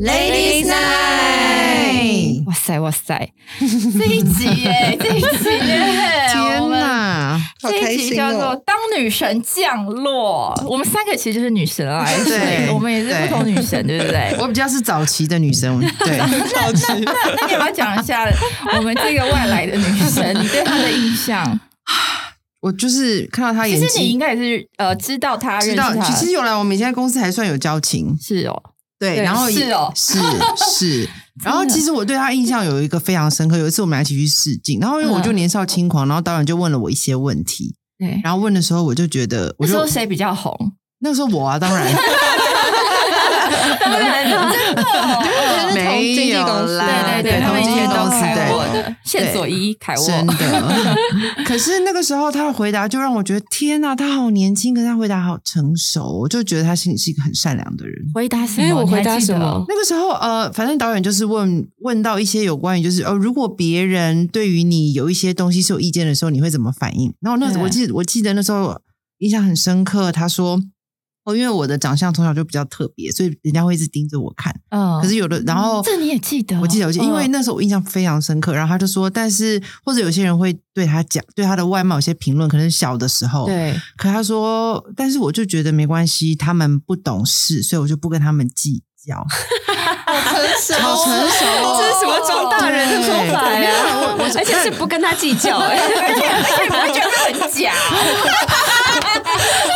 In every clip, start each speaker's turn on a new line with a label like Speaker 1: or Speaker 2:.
Speaker 1: Ladies Night
Speaker 2: 哇塞哇塞，
Speaker 3: 这一集 耶，这一集耶，
Speaker 2: 天
Speaker 3: 哪！
Speaker 2: 哪！
Speaker 1: 好
Speaker 3: 这
Speaker 1: 开
Speaker 3: 一集
Speaker 1: 心
Speaker 3: 叫做
Speaker 1: 哦！
Speaker 3: 《当女神降落》，我们三个其实就是女神 啊，
Speaker 2: 对
Speaker 3: 所以我们也是
Speaker 2: 对
Speaker 3: 不同女神，对不对？
Speaker 2: 我比较是早期的女 生，对，
Speaker 1: 好奇，
Speaker 3: 那你要不要讲一下我们这个外来的女神，你对她的印象？
Speaker 2: 我就是看到 她
Speaker 3: 其
Speaker 2: 演
Speaker 3: 实你应
Speaker 2: 技，
Speaker 3: 该也是呃知道她，认
Speaker 2: 知
Speaker 3: 识
Speaker 2: 道
Speaker 3: 她，
Speaker 2: 其实有来我们以前在公司还算有交情，
Speaker 3: 是哦，
Speaker 2: 对，
Speaker 3: 对
Speaker 2: 然后也
Speaker 3: 是哦
Speaker 2: 是 是。然后其实我对她印象有一个非常深刻，有一次我们俩一起去试镜，然后因为我就年少轻狂，然后导演就问了我一些问题，
Speaker 3: 对。
Speaker 2: 然后问的时候我就觉得，我
Speaker 3: 那时
Speaker 2: 就
Speaker 3: 候谁比较红？
Speaker 2: 那时候我啊，当然
Speaker 3: 当然了，真的哦，
Speaker 2: 没有啦，
Speaker 3: 对对对，他
Speaker 2: 同
Speaker 3: 们以
Speaker 2: 经纪
Speaker 3: 前都
Speaker 2: 公司
Speaker 3: 凯
Speaker 2: 对
Speaker 3: 沃。的，线索一凯沃，
Speaker 2: 真 的。可是那个时候他的回答就让我觉得，天呐，他好年轻，可是他回答好成熟，我就觉得他心里是一个很善良的人。
Speaker 3: 回答什
Speaker 4: 哎
Speaker 3: 么？
Speaker 4: 我回答
Speaker 3: 你还记得
Speaker 4: 什么
Speaker 2: 那个时候，呃，反正导演就是问问到一些有关于就是呃，如果别人对于你有一些东西是有意见的时候，你会怎么反应？然后那
Speaker 3: 对
Speaker 2: 我记得我记得那时候印象很深刻，他说。哦，因为我的长相从小就比较特别，所以人家会一直盯着我看。
Speaker 3: 嗯，
Speaker 2: 可是有的，然后
Speaker 3: 这你也记得？
Speaker 2: 我记得，我记得，因为
Speaker 3: 嗯
Speaker 2: 那时候我印象非常深刻。然后他就说，但是或者有些人会对他讲，对他的外貌有些评论，可能是小的时候。。
Speaker 3: 对
Speaker 2: 可他说，但是我就觉得没关系，他们不懂事，所以我就不跟他们计较。
Speaker 1: 好
Speaker 2: 成熟哦
Speaker 4: 这是什么装大人的说法呀
Speaker 2: 对我我？
Speaker 4: 而且是不跟他 计较哎。
Speaker 3: 而且而且我觉得很 假，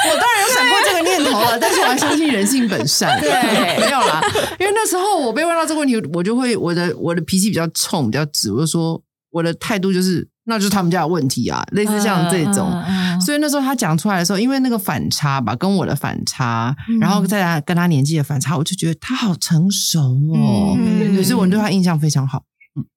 Speaker 2: 我当然有闪过这个念头了，但是我还相信人性本 善。
Speaker 3: 对
Speaker 2: 没有啦，因为那时候我被问到这个问题，我就会我的我的脾气比较冲，比较直，我就说我的态度就是，那就是他们家的问题啊，类似像这种。
Speaker 3: 嗯嗯
Speaker 2: 所以那时候他讲出来的时候，因为那个反差吧，跟我的反差，
Speaker 3: 嗯
Speaker 2: 然后再来跟他年纪的反差，我就觉得他好成熟哦。
Speaker 3: 嗯
Speaker 2: 对所以我对他印象非常好。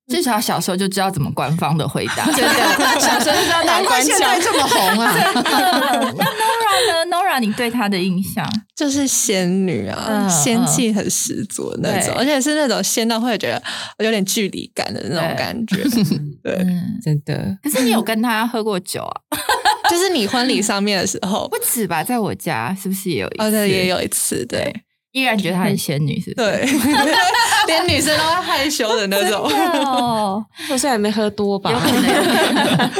Speaker 3: 至少小时候就知道怎么官方的回答，真的。小时候就知道
Speaker 2: 难怪 现在这么红啊！
Speaker 3: 那 Nora 呢？Nora，你对她的印象？
Speaker 4: 就是仙女
Speaker 3: 嗯
Speaker 4: 啊，仙气很十足那
Speaker 3: 对
Speaker 4: 种，而且是那种仙到会觉得有点距离感的那种感觉。 对，
Speaker 3: 嗯，
Speaker 5: 真的，
Speaker 3: 可是你有跟她喝过酒啊？
Speaker 4: 就是你婚礼上面的时 候
Speaker 3: 不，止吧，在我家是不是也有一次？
Speaker 4: 哦，对，也，有一次，对
Speaker 3: 依然觉得她很仙女，是不是？
Speaker 4: 对， 连女生都会害羞的那 种。
Speaker 3: 哦，
Speaker 5: 我虽然没喝多吧
Speaker 3: 有，可能。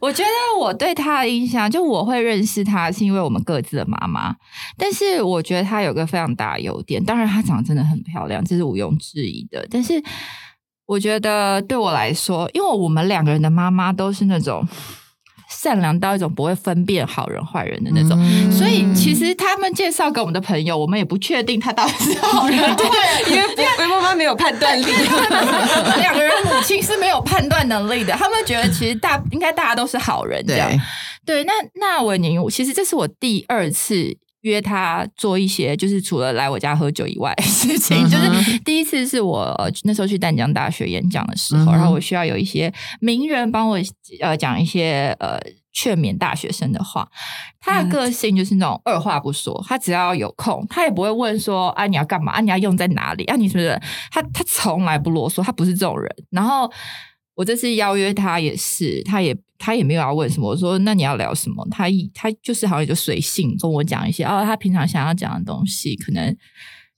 Speaker 3: 我觉得我对她的印象，就我会认识她，是因为我们各自的妈妈。但是我觉得她有个非常大的优点，当然她长得真的很漂亮，这是毋庸置疑的。但是我觉得对我来说，因为我们两个人的妈妈都是那种善良到一种不会分辨好人坏人的那种。
Speaker 2: 嗯
Speaker 3: 啊所以其实他们介绍给我们的朋友，我们也不确定他到底是好 人 对，因为
Speaker 4: 因为妈妈没有判 断力，
Speaker 3: 两个人母亲是没有判断能力的，他们觉得其实大应该大家都是好人这样
Speaker 2: 对。，
Speaker 3: 对，那那我宁，其实这是我第二次约他做一些，就是除了来我家喝酒以外的事情。
Speaker 2: 嗯哼
Speaker 3: 就是第一次是我呃那时候去淡江大学演讲的时候，
Speaker 2: 嗯哼
Speaker 3: 然后我需要有一些名人帮我呃讲一些呃劝勉大学生的话。他的个性就是那种二话不说，他只要有空，他也不会问说啊你要干嘛啊你要用在哪里啊你什么的，他他从来不啰嗦，他不是这种人。然后我这次邀约他也是，他也他也没有要问什么。我说那你要聊什么？他一他就是好像就随性跟我讲一些哦，他平常想要讲的东西，可能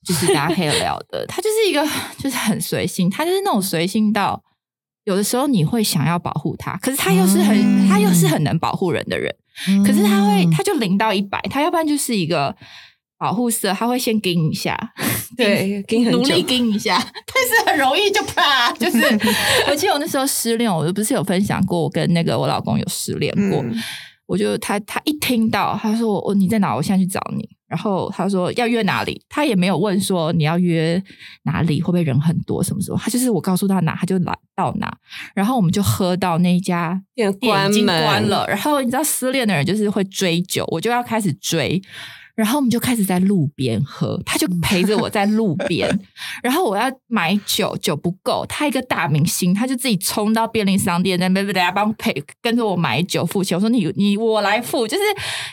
Speaker 3: 就是大家可以聊的。他就是一个就是很随性，他就是那种随性到有的时候你会想要保护他，可是他又是很、
Speaker 2: 嗯
Speaker 3: 他又是很能保护人的人。可是他
Speaker 5: 嗯
Speaker 3: 会，他就零到一百，他要不然就是一个保护色，他会先盯一下，
Speaker 5: 对，跟很
Speaker 3: 努
Speaker 5: 久
Speaker 3: 力，盯一下， 但是很容易就啪， 就是。我记得我那时候失恋，我不是有分享过，我跟那个我老公有失恋过，
Speaker 4: 嗯
Speaker 3: 我就他他一听到他说我哦你在哪，我现在去找你。然后他说要约哪里，他也没有问说你要约哪里，会不会人很多什么时候，他就是我告诉他哪，他就来到哪，然后我们就喝到那一家
Speaker 5: 店
Speaker 3: 店已
Speaker 5: 关
Speaker 3: 经
Speaker 5: 门
Speaker 3: 关了，然后你知道失恋的人就是会追酒，我就要开始追，然后我们就开始在路边喝，他就陪着我在路边， 然后我要买酒，酒不够，他一个大明星，他就自己冲到便利商店那边，大家帮陪跟着我买酒付钱，我说你你我来付，就是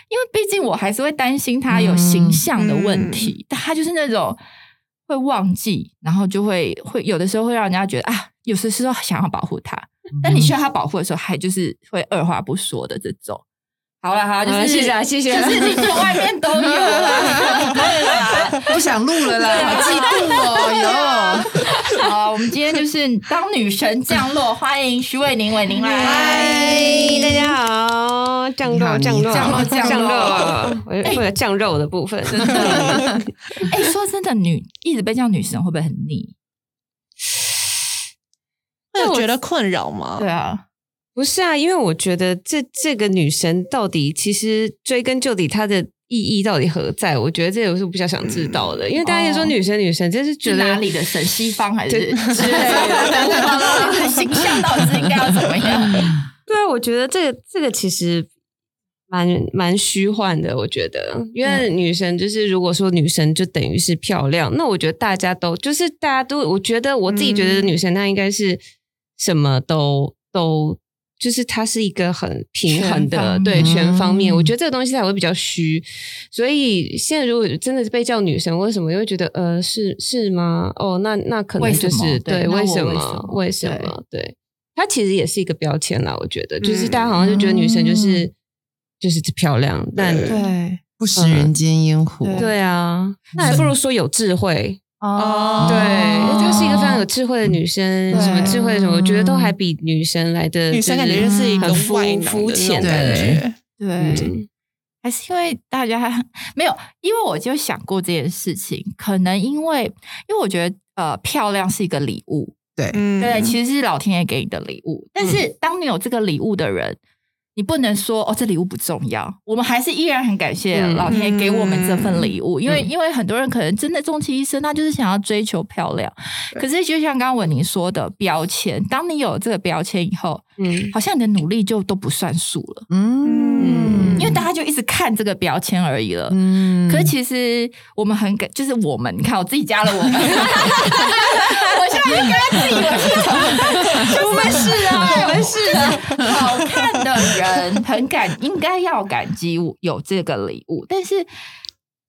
Speaker 3: 因为毕竟我还是会担心他有形象的问题，但他就是那种。会忘记，然后就会会有的时候会让人家觉得啊，有的时候想要保护他，
Speaker 2: 嗯
Speaker 3: 但你需要他保护的时候，还就是会二话不说的这种。好了，好啦，就
Speaker 5: 好
Speaker 3: 是
Speaker 5: 啦谢谢啊谢谢啊
Speaker 3: 就是你做外 面都有啦，对啦，
Speaker 2: 不想录了
Speaker 3: 对
Speaker 2: 啦，
Speaker 3: 啊
Speaker 2: 好嫉妒哦，
Speaker 3: 好，我们今天就是当女神降落，欢迎徐伟宁、伟宁来。
Speaker 5: 嗨，大家好，酱
Speaker 2: 你好
Speaker 5: 肉，
Speaker 2: 你
Speaker 5: 酱
Speaker 3: 酱
Speaker 5: 肉，
Speaker 3: 肉酱肉
Speaker 5: 酱肉，我我有酱肉的部分，
Speaker 3: 哎、说真的，女一直被叫女神会不会很腻？
Speaker 4: 会有觉得困扰吗？
Speaker 3: 对啊，
Speaker 5: 不是啊，因为我觉得这这个女神到底其实追根究底她的意义到底何在？我觉得这个是我比较想知道的，因为大家一直说
Speaker 3: 哦
Speaker 5: 女神女神，嗯真是觉
Speaker 3: 是
Speaker 5: 得
Speaker 3: 哪里的神？西方还是
Speaker 5: 对
Speaker 3: 之类的？等等， 形象到底是应该要怎么样？
Speaker 5: 对啊，我觉得这个这个其实蛮蛮虚幻的。我觉得，
Speaker 3: 嗯
Speaker 5: 因为女神就是如果说女神就等于是漂亮，那我觉得大家都就是大家都，我觉得我自己觉得女
Speaker 3: 嗯
Speaker 5: 神她应该是什么都、都。就是她是一个很平衡
Speaker 3: 全
Speaker 5: 的，
Speaker 3: 方
Speaker 5: 对
Speaker 2: 面
Speaker 5: 全方面，
Speaker 2: 嗯
Speaker 5: 我觉得这个东西才会比较虚。所以现在如果真的是被叫女神，为什么又觉得呃是是吗？哦，那那可能
Speaker 3: 为
Speaker 5: 就
Speaker 3: 什么
Speaker 5: 是
Speaker 3: 对
Speaker 5: 对，
Speaker 3: 那我
Speaker 5: 为什
Speaker 3: 为
Speaker 5: 么
Speaker 3: 什么
Speaker 5: 为什么对？它其实也是一个标签啦，我觉得，就是
Speaker 4: 嗯
Speaker 5: 大家好像就觉得女生就是、
Speaker 3: 嗯
Speaker 5: 就是漂亮，但
Speaker 1: 对，
Speaker 2: 不食人间烟火，
Speaker 1: 对
Speaker 5: 对啊，那还不如说有智慧，
Speaker 3: 哦
Speaker 5: 对，因为她是一个非常有
Speaker 3: 有
Speaker 5: 智慧的女生，
Speaker 3: 对
Speaker 5: 什么智慧什么，我觉得都还比女生来的
Speaker 4: 女生感觉
Speaker 5: 就
Speaker 4: 就是是一个
Speaker 5: 很肤
Speaker 4: 外能的
Speaker 5: 肤
Speaker 4: 那种
Speaker 5: 浅的
Speaker 4: 感觉，
Speaker 3: 对。
Speaker 5: 嗯
Speaker 3: 还是因为大家 没有，因为我就想过这件事情，可能因为因为我觉得呃，漂亮是一个礼物，
Speaker 4: 嗯
Speaker 3: 对，其实是老天爷给你的礼物。但是当你有这个礼物的人，你不能说哦，这礼物不重要。我们还是依然很感谢
Speaker 5: 嗯
Speaker 3: 老天爷给我们这份礼物，因为
Speaker 5: 嗯
Speaker 3: 因为很多人可能真的终其一生，他就是想要追求漂亮。
Speaker 4: 对
Speaker 3: 可是就像刚刚文宁说的标签，当你有这个标签以后，
Speaker 5: 嗯，
Speaker 3: 好像你的努力就都不算数了，
Speaker 2: 嗯
Speaker 3: 因为大家就一直看这个标签而已了。
Speaker 2: 嗯
Speaker 3: 可是其实我们很感，就是我们，你看我自己加了我们，我现在应该自以为是什么，我们是啊，我们是啊，好看的人很感，应该要感激我有这个礼物，但是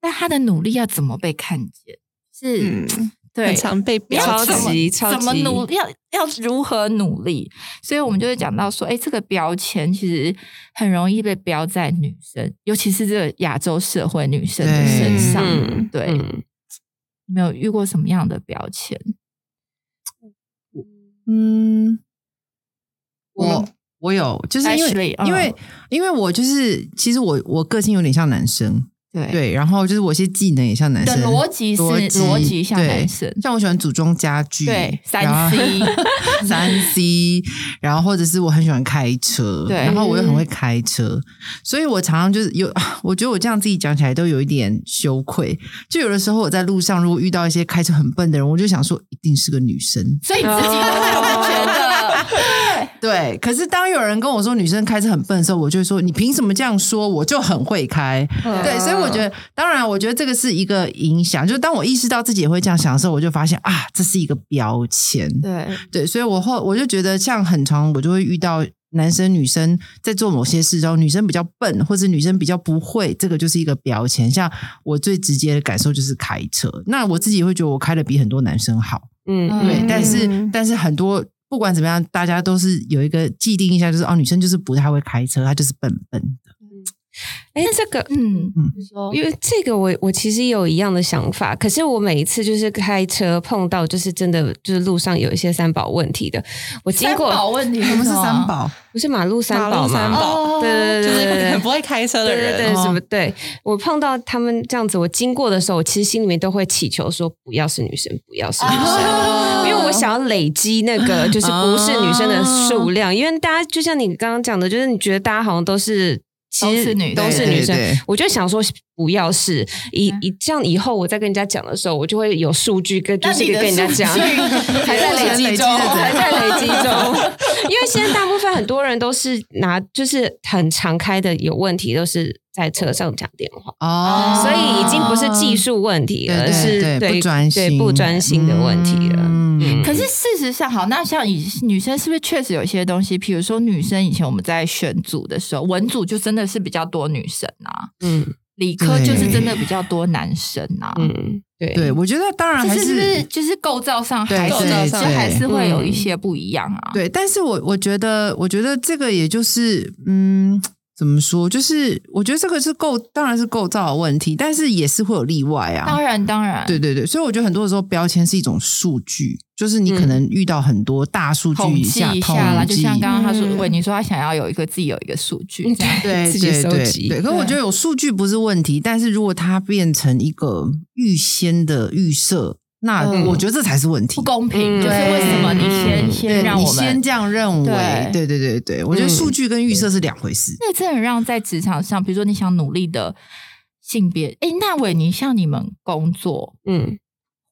Speaker 3: 那他的努力要怎么被看见？是、
Speaker 4: 嗯，
Speaker 3: 对
Speaker 4: 很，常被
Speaker 3: 你
Speaker 4: 标
Speaker 3: 要
Speaker 5: 超
Speaker 3: 怎么
Speaker 5: 级超
Speaker 3: 怎么
Speaker 5: 级
Speaker 3: 努要要如何努力？所以我们就会讲到说，哎，这个标签其实很容易被标在女生，尤其是这个亚洲社会女生的身上。
Speaker 5: 嗯
Speaker 3: 对，
Speaker 5: 嗯
Speaker 3: 没有遇过什么样的标签？
Speaker 2: 嗯，我我有，就是因为
Speaker 3: 嗯 Ashley，嗯
Speaker 2: 因为因为我就是，其实我我个性有点像男生，
Speaker 3: 对，
Speaker 2: 对，然后就是我一些技能也像男
Speaker 3: 你的
Speaker 2: 生，
Speaker 3: 逻辑是
Speaker 2: 逻辑
Speaker 3: 逻辑像
Speaker 2: 对
Speaker 3: 男生，
Speaker 2: 像我喜欢组装家具，
Speaker 3: 对，
Speaker 2: 然
Speaker 3: 三
Speaker 2: 后
Speaker 3: C，
Speaker 2: 三 C，然后或者是我很喜欢开车，
Speaker 3: 对
Speaker 2: 然后我又很会开车，所以我常常就是有， 我觉得我这样自己讲起来都有一点羞愧。就有的时候我在路上如果遇到一些开车很笨的人，我就想说一定是个女生，
Speaker 3: 所以你自 己都这么哦觉得，
Speaker 2: 对。可是当有人跟我说女生开车很笨的时候，我就会说你凭什么这样说？我就很会开，
Speaker 3: 嗯
Speaker 2: 对。所以我觉得，当然，我觉得这个是一个影响。就是当我意识到自己也会这样想的时候，我就发现啊，这是一个标签，
Speaker 3: 对，
Speaker 2: 对，所以我后我就觉得，像很常我就会遇到男生女生在做某些事，然后女生比较笨，或者女生比较不会，这个就是一个标签。像我最直接的感受就是开车，那我自己会觉得我开的比很多男生好，
Speaker 5: 嗯
Speaker 3: 嗯
Speaker 2: 对，但是
Speaker 4: 嗯
Speaker 2: 但是很多。不管怎么样，大家都是有一个既定印象，就是哦，女生就是不太会开车，她就是笨笨的。
Speaker 5: 哎，这个
Speaker 3: 嗯
Speaker 2: 嗯，
Speaker 3: 你说
Speaker 5: 因为这个我我其实也有一样的想法，可是我每一次就是开车碰到，就是真的就是路上有一些三宝问题的，我经
Speaker 3: 三
Speaker 5: 过
Speaker 3: 宝问题，
Speaker 2: 我
Speaker 3: 什
Speaker 2: 们
Speaker 3: 么
Speaker 2: 是三，宝，
Speaker 5: 不是马路三宝
Speaker 4: 马路三
Speaker 5: 吗？
Speaker 4: 宝
Speaker 3: 哦，
Speaker 5: 对对
Speaker 4: 就
Speaker 5: 对对
Speaker 4: 是
Speaker 5: 对
Speaker 4: 很不会开车的
Speaker 5: 对对
Speaker 4: 人，
Speaker 5: 对，
Speaker 2: 哦
Speaker 5: 什么？对我碰到他们这样子，我经过的时候，我其实心里面都会祈求说，不要是女生，不要是女生。
Speaker 3: 哦
Speaker 5: 因为我想要累积那个就是不是女生的数量，因为大家就像你刚刚讲的，就是你觉得大家好像都是其
Speaker 3: 都是
Speaker 5: 实
Speaker 3: 女生
Speaker 5: 都是
Speaker 2: 对
Speaker 5: 女
Speaker 2: 对
Speaker 5: 生
Speaker 2: 对，
Speaker 5: 我就想说不要是以以这样以后我再跟人家讲的时候，我就会有数据跟就
Speaker 3: 那
Speaker 5: 是
Speaker 3: 你的
Speaker 5: 跟人家
Speaker 3: 数据
Speaker 5: 讲， 还 在累积中，还在累积 中，因为现在大部分很多人都是拿就是很常开的有问题都是在车上讲电话。
Speaker 2: 哦，
Speaker 5: 所以已经不是技术问题了，
Speaker 2: 对对
Speaker 5: 是
Speaker 2: 对不专心
Speaker 5: 对不专心的问题了。
Speaker 2: 嗯
Speaker 5: 嗯，
Speaker 3: 可是事实上，好，那像以女生是不是确实有一些东西？比如说，女生以前我们在选组的时候，文组就真的是比较多女生啊，
Speaker 5: 嗯
Speaker 3: 理科就是真的比较多男生啊。
Speaker 5: 嗯，对
Speaker 2: 对，我觉得当然
Speaker 3: 这
Speaker 2: 还
Speaker 3: 是不是就是构造上
Speaker 2: 啊对
Speaker 3: 还是
Speaker 4: 构造
Speaker 3: 就
Speaker 4: 上
Speaker 3: 还是会有一些不一样啊？
Speaker 2: 对，但是我我觉得，我觉得这个也就是，嗯，怎么说？就是我觉得这个是构，当然是构造的问题，但是也是会有例外啊。
Speaker 3: 当然，当然，
Speaker 2: 对对对，所以我觉得很多的时候，标签是一种数据，就是你可能遇到很多大数
Speaker 3: 嗯统
Speaker 2: 据
Speaker 3: 计
Speaker 2: 下
Speaker 3: 一
Speaker 2: 统
Speaker 3: 下啦，就
Speaker 2: 计，嗯
Speaker 3: 像刚刚他说，
Speaker 5: 嗯
Speaker 3: 伟宁说他想要有一个自己有一个数据，这样
Speaker 2: 对
Speaker 5: 自己
Speaker 2: 对
Speaker 5: 收
Speaker 2: 对
Speaker 5: 集
Speaker 2: 对，可我觉得有数据不是问题，但是如果它变成一个预先的预设，那
Speaker 5: 嗯
Speaker 2: 我觉得这才是问题
Speaker 3: 不。公平，
Speaker 5: 嗯
Speaker 3: 就是为什么你先
Speaker 5: 嗯
Speaker 2: 对
Speaker 3: 先让
Speaker 2: 你
Speaker 3: 我们
Speaker 2: 先这样认为，对
Speaker 3: 对
Speaker 2: 对对对，我觉得
Speaker 5: 嗯
Speaker 2: 数据跟预设是两回事。
Speaker 3: 那真的让在职场上，比如说你想努力的性别，哎，那伟宁像你们工作
Speaker 5: 嗯，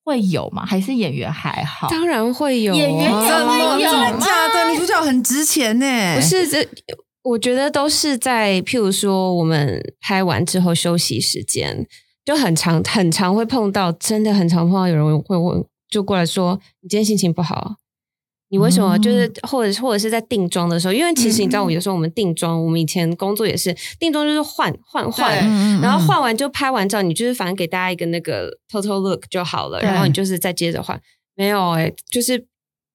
Speaker 3: 会有吗？还是演员还好？
Speaker 5: 当然会有、啊，
Speaker 3: 演员
Speaker 2: 真
Speaker 3: 怎么
Speaker 2: 的
Speaker 3: 有
Speaker 2: 真的
Speaker 3: 吗
Speaker 2: 假的？女主角很值钱呢，
Speaker 5: 不是这，我觉得都是在譬如说我们拍完之后休息时间，就很常很常会碰到，真的很常碰到有人会问，就过来说你今天心情不好。啊你为什么就是，或者或者是在定妆的时候，因为其实你知道，我有时候我们定妆，我们以前工作也是定妆，就是换换换
Speaker 3: 对，
Speaker 2: 嗯，嗯
Speaker 5: 然后
Speaker 2: 嗯
Speaker 5: 换完就拍完照，你就是反正给大家一个那个 total look 就好了，
Speaker 3: 对
Speaker 5: 然后你就是再接着换。没有哎、就是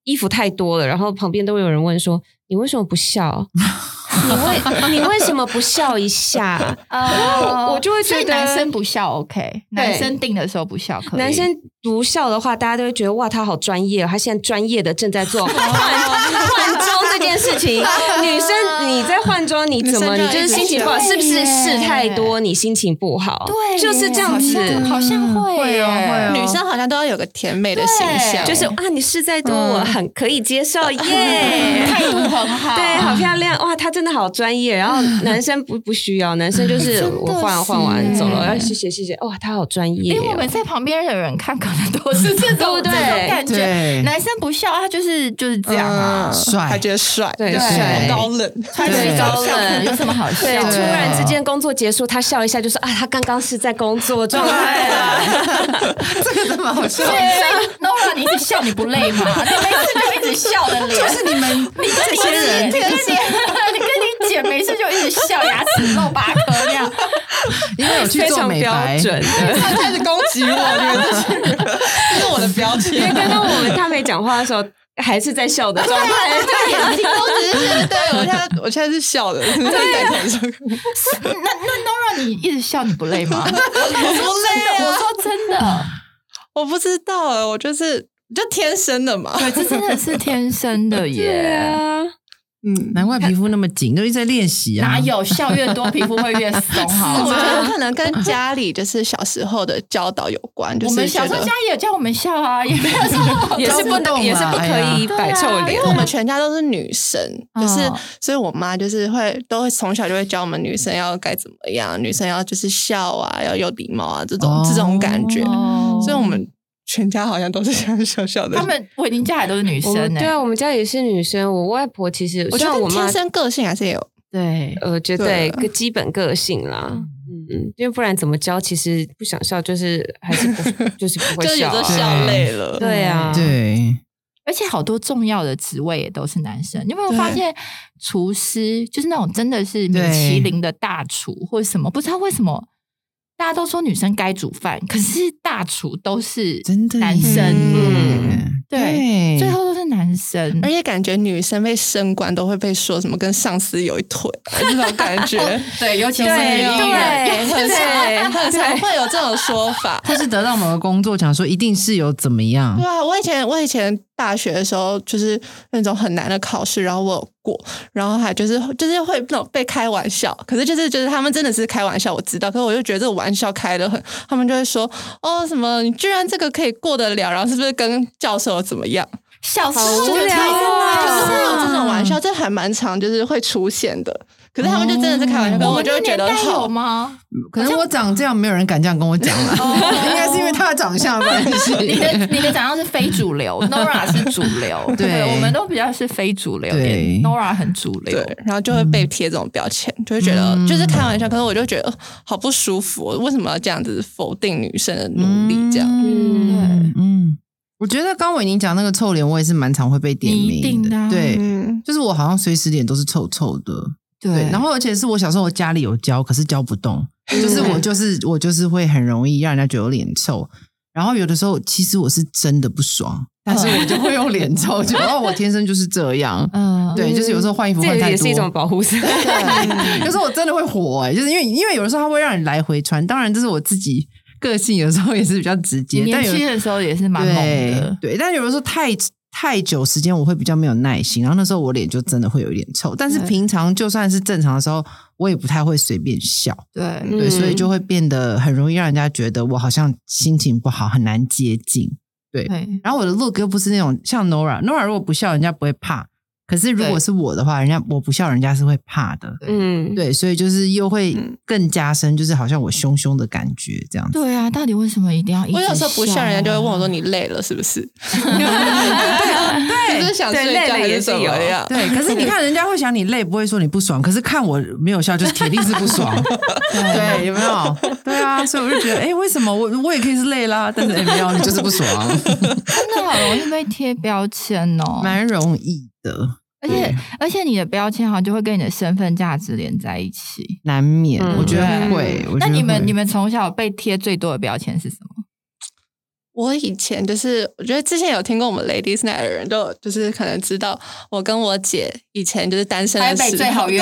Speaker 5: 衣服太多了，然后旁边都会有人问说：“你为什么不 笑？你为你为什么不笑一 下
Speaker 3: 呃
Speaker 5: 我就会
Speaker 3: 所以
Speaker 5: 觉得
Speaker 3: 男生不笑 OK，男生定的时候不笑？”可以，
Speaker 5: 男生不笑的话，大家都会觉得哇，他好专业哦，他现在专业的正 在做换换装这件事情。女生你在换装，你怎么
Speaker 4: 女生
Speaker 5: 你就
Speaker 4: 就要
Speaker 5: 是心情 不好，
Speaker 3: 一直
Speaker 5: 是不是
Speaker 3: 笑
Speaker 5: 事太多，你心情不好？
Speaker 3: 对耶，
Speaker 5: 就是这样子。
Speaker 3: 好像嗯会
Speaker 2: 会
Speaker 3: 耶
Speaker 2: 哦会哦
Speaker 4: 女生好像都要有个甜美的形象，
Speaker 5: 就是啊，你事再多，我很可以接 受，耶！
Speaker 3: 态度很好，
Speaker 5: 对，好漂亮哇！她真的好专业。然后 男生不不需要，男生就
Speaker 3: 哎
Speaker 5: 是
Speaker 3: 真的
Speaker 5: 我换
Speaker 3: 是
Speaker 5: 换完走了，
Speaker 3: 耶
Speaker 5: 要谢谢谢谢。哇，她好专 业
Speaker 3: 因为我
Speaker 5: 哦。
Speaker 3: 们在旁边的人看，可能都是这种
Speaker 5: 对不对
Speaker 3: 这种感觉。
Speaker 2: 对
Speaker 3: 男生不笑，他就是就是这样啊，
Speaker 2: 帅
Speaker 4: 还觉得帅，
Speaker 5: 对
Speaker 2: 帅
Speaker 4: 高冷，
Speaker 3: 穿着一招笑，有什么好笑
Speaker 5: 对，
Speaker 3: 的？
Speaker 5: 突然之间工作结束，她笑一下就说啊，她刚刚是在工作 状态啦。
Speaker 2: 这个真蛮好笑
Speaker 3: 对。，Nora，你一直笑你不累吗？ 你每次就一直笑的脸，
Speaker 2: 就是你们
Speaker 3: 你跟你姐，你跟你你跟你姐没事就一直笑，牙齿露八颗那样。
Speaker 2: 因为有去
Speaker 5: 非
Speaker 2: 做
Speaker 5: 常
Speaker 2: 美
Speaker 5: 标
Speaker 2: 白，
Speaker 5: 准的，
Speaker 4: 他开始攻击我，这个这是我的标
Speaker 5: 因为
Speaker 4: 签。
Speaker 5: 刚刚我们她没讲话的时候，还是在笑的状 态。
Speaker 4: 眼睛都只是对我现在我现在是笑的，对，感受
Speaker 3: 那那那 Nora，你一直笑你不累 吗？我说真的，
Speaker 4: 我不知道啊，我就是就天生 的嘛，
Speaker 3: 对，这真的是天生的耶。
Speaker 5: 啊，
Speaker 4: 嗯，
Speaker 2: 难怪皮肤那么紧，都一直在练习啊。
Speaker 3: 哪？有笑越多，皮肤会越松？好
Speaker 4: 我 觉得
Speaker 3: 吗？
Speaker 4: 可能跟家里就是小时候的教导有关，就
Speaker 3: 我
Speaker 4: 是
Speaker 3: 们
Speaker 4: 觉
Speaker 3: 小时
Speaker 4: 得
Speaker 3: 候家里也叫我们笑啊， 也没有说
Speaker 5: 也是不
Speaker 2: 动
Speaker 5: 能，也是
Speaker 2: 嘛
Speaker 5: 不
Speaker 2: 哎
Speaker 5: 可
Speaker 2: 呀
Speaker 5: 以摆臭
Speaker 3: 对啊
Speaker 5: 脸
Speaker 4: 因为。我们全家都是女生，就是、
Speaker 3: 哦
Speaker 4: 所以我妈就是会都会从小就会教我们女生要该怎么样，女生要就是笑啊，要有礼貌啊，这种、这种感觉。
Speaker 3: 哦
Speaker 4: 所以我们全家好像都是这样小小的。
Speaker 3: 他们我已经嫁的都是女生
Speaker 5: 我
Speaker 3: 欸
Speaker 5: 们
Speaker 3: 呢
Speaker 5: 对。啊，我们家也是女生。我外婆其实，
Speaker 4: 我
Speaker 5: 虽
Speaker 4: 觉
Speaker 5: 然
Speaker 4: 得
Speaker 5: 我妈
Speaker 4: 天生个性还是有，
Speaker 3: 对，
Speaker 5: 呃，绝
Speaker 4: 对
Speaker 5: 对个基本个性啦。嗯，嗯，因为不然怎么教？其实不想笑，就是还是不就是不会
Speaker 4: 就是有
Speaker 5: 笑、
Speaker 4: 时候
Speaker 5: 啊。
Speaker 4: 笑累了。
Speaker 5: 对啊，，
Speaker 2: 对，
Speaker 3: 而且好多重要的职位也都是男生。你有没有发现，厨师就是那种真的是米其林的大厨或者什么？不知道为什么大家都说女生该煮饭，可是大厨都是
Speaker 2: 真的
Speaker 3: 男生，嗯
Speaker 2: 耶
Speaker 3: 对，最后都是男生。
Speaker 4: 而且感觉女生被升官都会被说什么跟上司有一腿啊这种感觉，
Speaker 3: 对，尤其
Speaker 4: 对
Speaker 3: 是
Speaker 5: 对
Speaker 3: 女艺人，
Speaker 4: 很
Speaker 5: 对
Speaker 4: 常很常会有这种说 法。
Speaker 2: 他是得到某个工作，想说一定是有怎么样
Speaker 4: 对，啊，我以前我以前大学的时候就是那种很难的考试，然后我有过，然后还就是就是会那种被开玩笑，可是就是就是他们真的是开玩笑，我知道，可是我就觉得这个玩笑开的很，他们就会说哦什么你居然这个可以过得了，然后是不是跟教授怎么样？
Speaker 3: 小时
Speaker 5: 好
Speaker 3: 候
Speaker 5: 无
Speaker 3: 就
Speaker 5: 聊
Speaker 4: 可是会有
Speaker 5: 啊！
Speaker 4: 这种啊玩笑，这还蛮常就是会出现的，可是他们就真的是开玩笑，可是
Speaker 3: 嗯我
Speaker 4: 就会觉得
Speaker 3: 们那年代有
Speaker 4: 好。
Speaker 3: 吗？
Speaker 2: 可能我长这样，没有人敢这样跟我讲了， 应该是因为他的长相的 关
Speaker 3: 你
Speaker 2: 系。
Speaker 3: 的你的长相是非主流，Nora 是主 流，
Speaker 2: 对
Speaker 3: 我们都比较是非主流一
Speaker 2: 对
Speaker 3: 点，Nora 很主流
Speaker 4: 对。，然后就会被贴这种标签，就会觉得
Speaker 2: 嗯
Speaker 4: 就是开玩笑，可是我就觉得呃好不舒服哦，为什么要这样子否定女生的努力？这样、
Speaker 5: 嗯
Speaker 3: 对
Speaker 2: 嗯，我觉得刚伟宁讲那个臭脸，我也是蛮常会被点
Speaker 3: 你一
Speaker 2: 名
Speaker 3: 定的啊
Speaker 2: 对，
Speaker 4: 嗯，
Speaker 2: 就是我好像随时脸都是臭臭的。对，然后而且是我小时候我家
Speaker 4: 嗯
Speaker 2: 里有教，可是教不动，就是我就是我就是会很容易让人家觉得有脸臭。然后有的时候其实我是真的不爽，但是我就会用脸照， 就哦，我天生就是这样。
Speaker 3: 嗯，
Speaker 2: 对，就是有时候换衣服
Speaker 5: 这
Speaker 2: 换太多，嗯
Speaker 5: 也是一种保护色。
Speaker 2: 对，有时候我真的会火哎、就是因为因为有的时候它会让你来回穿，当然这是我自己个性，有时候也是比较直
Speaker 3: 你
Speaker 2: 接，但
Speaker 3: 年
Speaker 2: 有
Speaker 3: 轻的时候也是蛮猛的，
Speaker 2: 对，对，但有的时候太太久时间，我会比较没有耐心，然后那时候我脸就真的会有一点臭。但是
Speaker 4: 对
Speaker 2: 平常就算是正常的时候，我也不太会随便笑，
Speaker 3: 对，
Speaker 5: 嗯
Speaker 2: 对，所以就会变得很容易让人家觉得我好像心情不好，很难接近。
Speaker 3: 对，
Speaker 2: 然后我的 look 又不是那种像 Nora，Nora 如果不笑，人家不会怕。可是如果
Speaker 3: 对
Speaker 2: 是我的话，人家我不笑，人家是会怕的。
Speaker 5: 嗯，
Speaker 2: 对，所以就是又会
Speaker 4: 嗯
Speaker 2: 更加深，就是好像我凶凶的感觉这样子。
Speaker 3: 对啊，到底为什么一定要一直
Speaker 4: 我有时候不
Speaker 3: 笑
Speaker 4: 笑，
Speaker 3: 啊
Speaker 4: 人家就会问我说：“你累了是不是？”对， 就是想
Speaker 5: 对
Speaker 4: 睡
Speaker 5: 累
Speaker 4: 觉还
Speaker 5: 了也
Speaker 4: 是
Speaker 5: 是
Speaker 4: 怎么
Speaker 5: 有
Speaker 4: 样？
Speaker 2: 对，可是你看人家会想你累，不会说你不爽，可是看我没有笑，就是铁定是不 爽。对，有没有？对啊，所以我就觉得，哎、为什么我我也可以是累啦，但是、哎没有，你就是不爽，
Speaker 3: 真的好容易被贴标签哦，
Speaker 2: 蛮容易的，
Speaker 3: 而且而且你的标签好像就会跟你的身份价值连在一起。
Speaker 2: 难免，
Speaker 5: 嗯
Speaker 2: 我觉得
Speaker 3: 对
Speaker 2: 会。我觉
Speaker 3: 那
Speaker 2: 得
Speaker 3: 你们
Speaker 2: 会
Speaker 3: 你们从小被贴最多的标签是什么？
Speaker 4: 我以前就是，我觉得之前有听过我们 Ladies Night 的人，都有就是可能知道我跟我姐以前就是单身的时候， 对对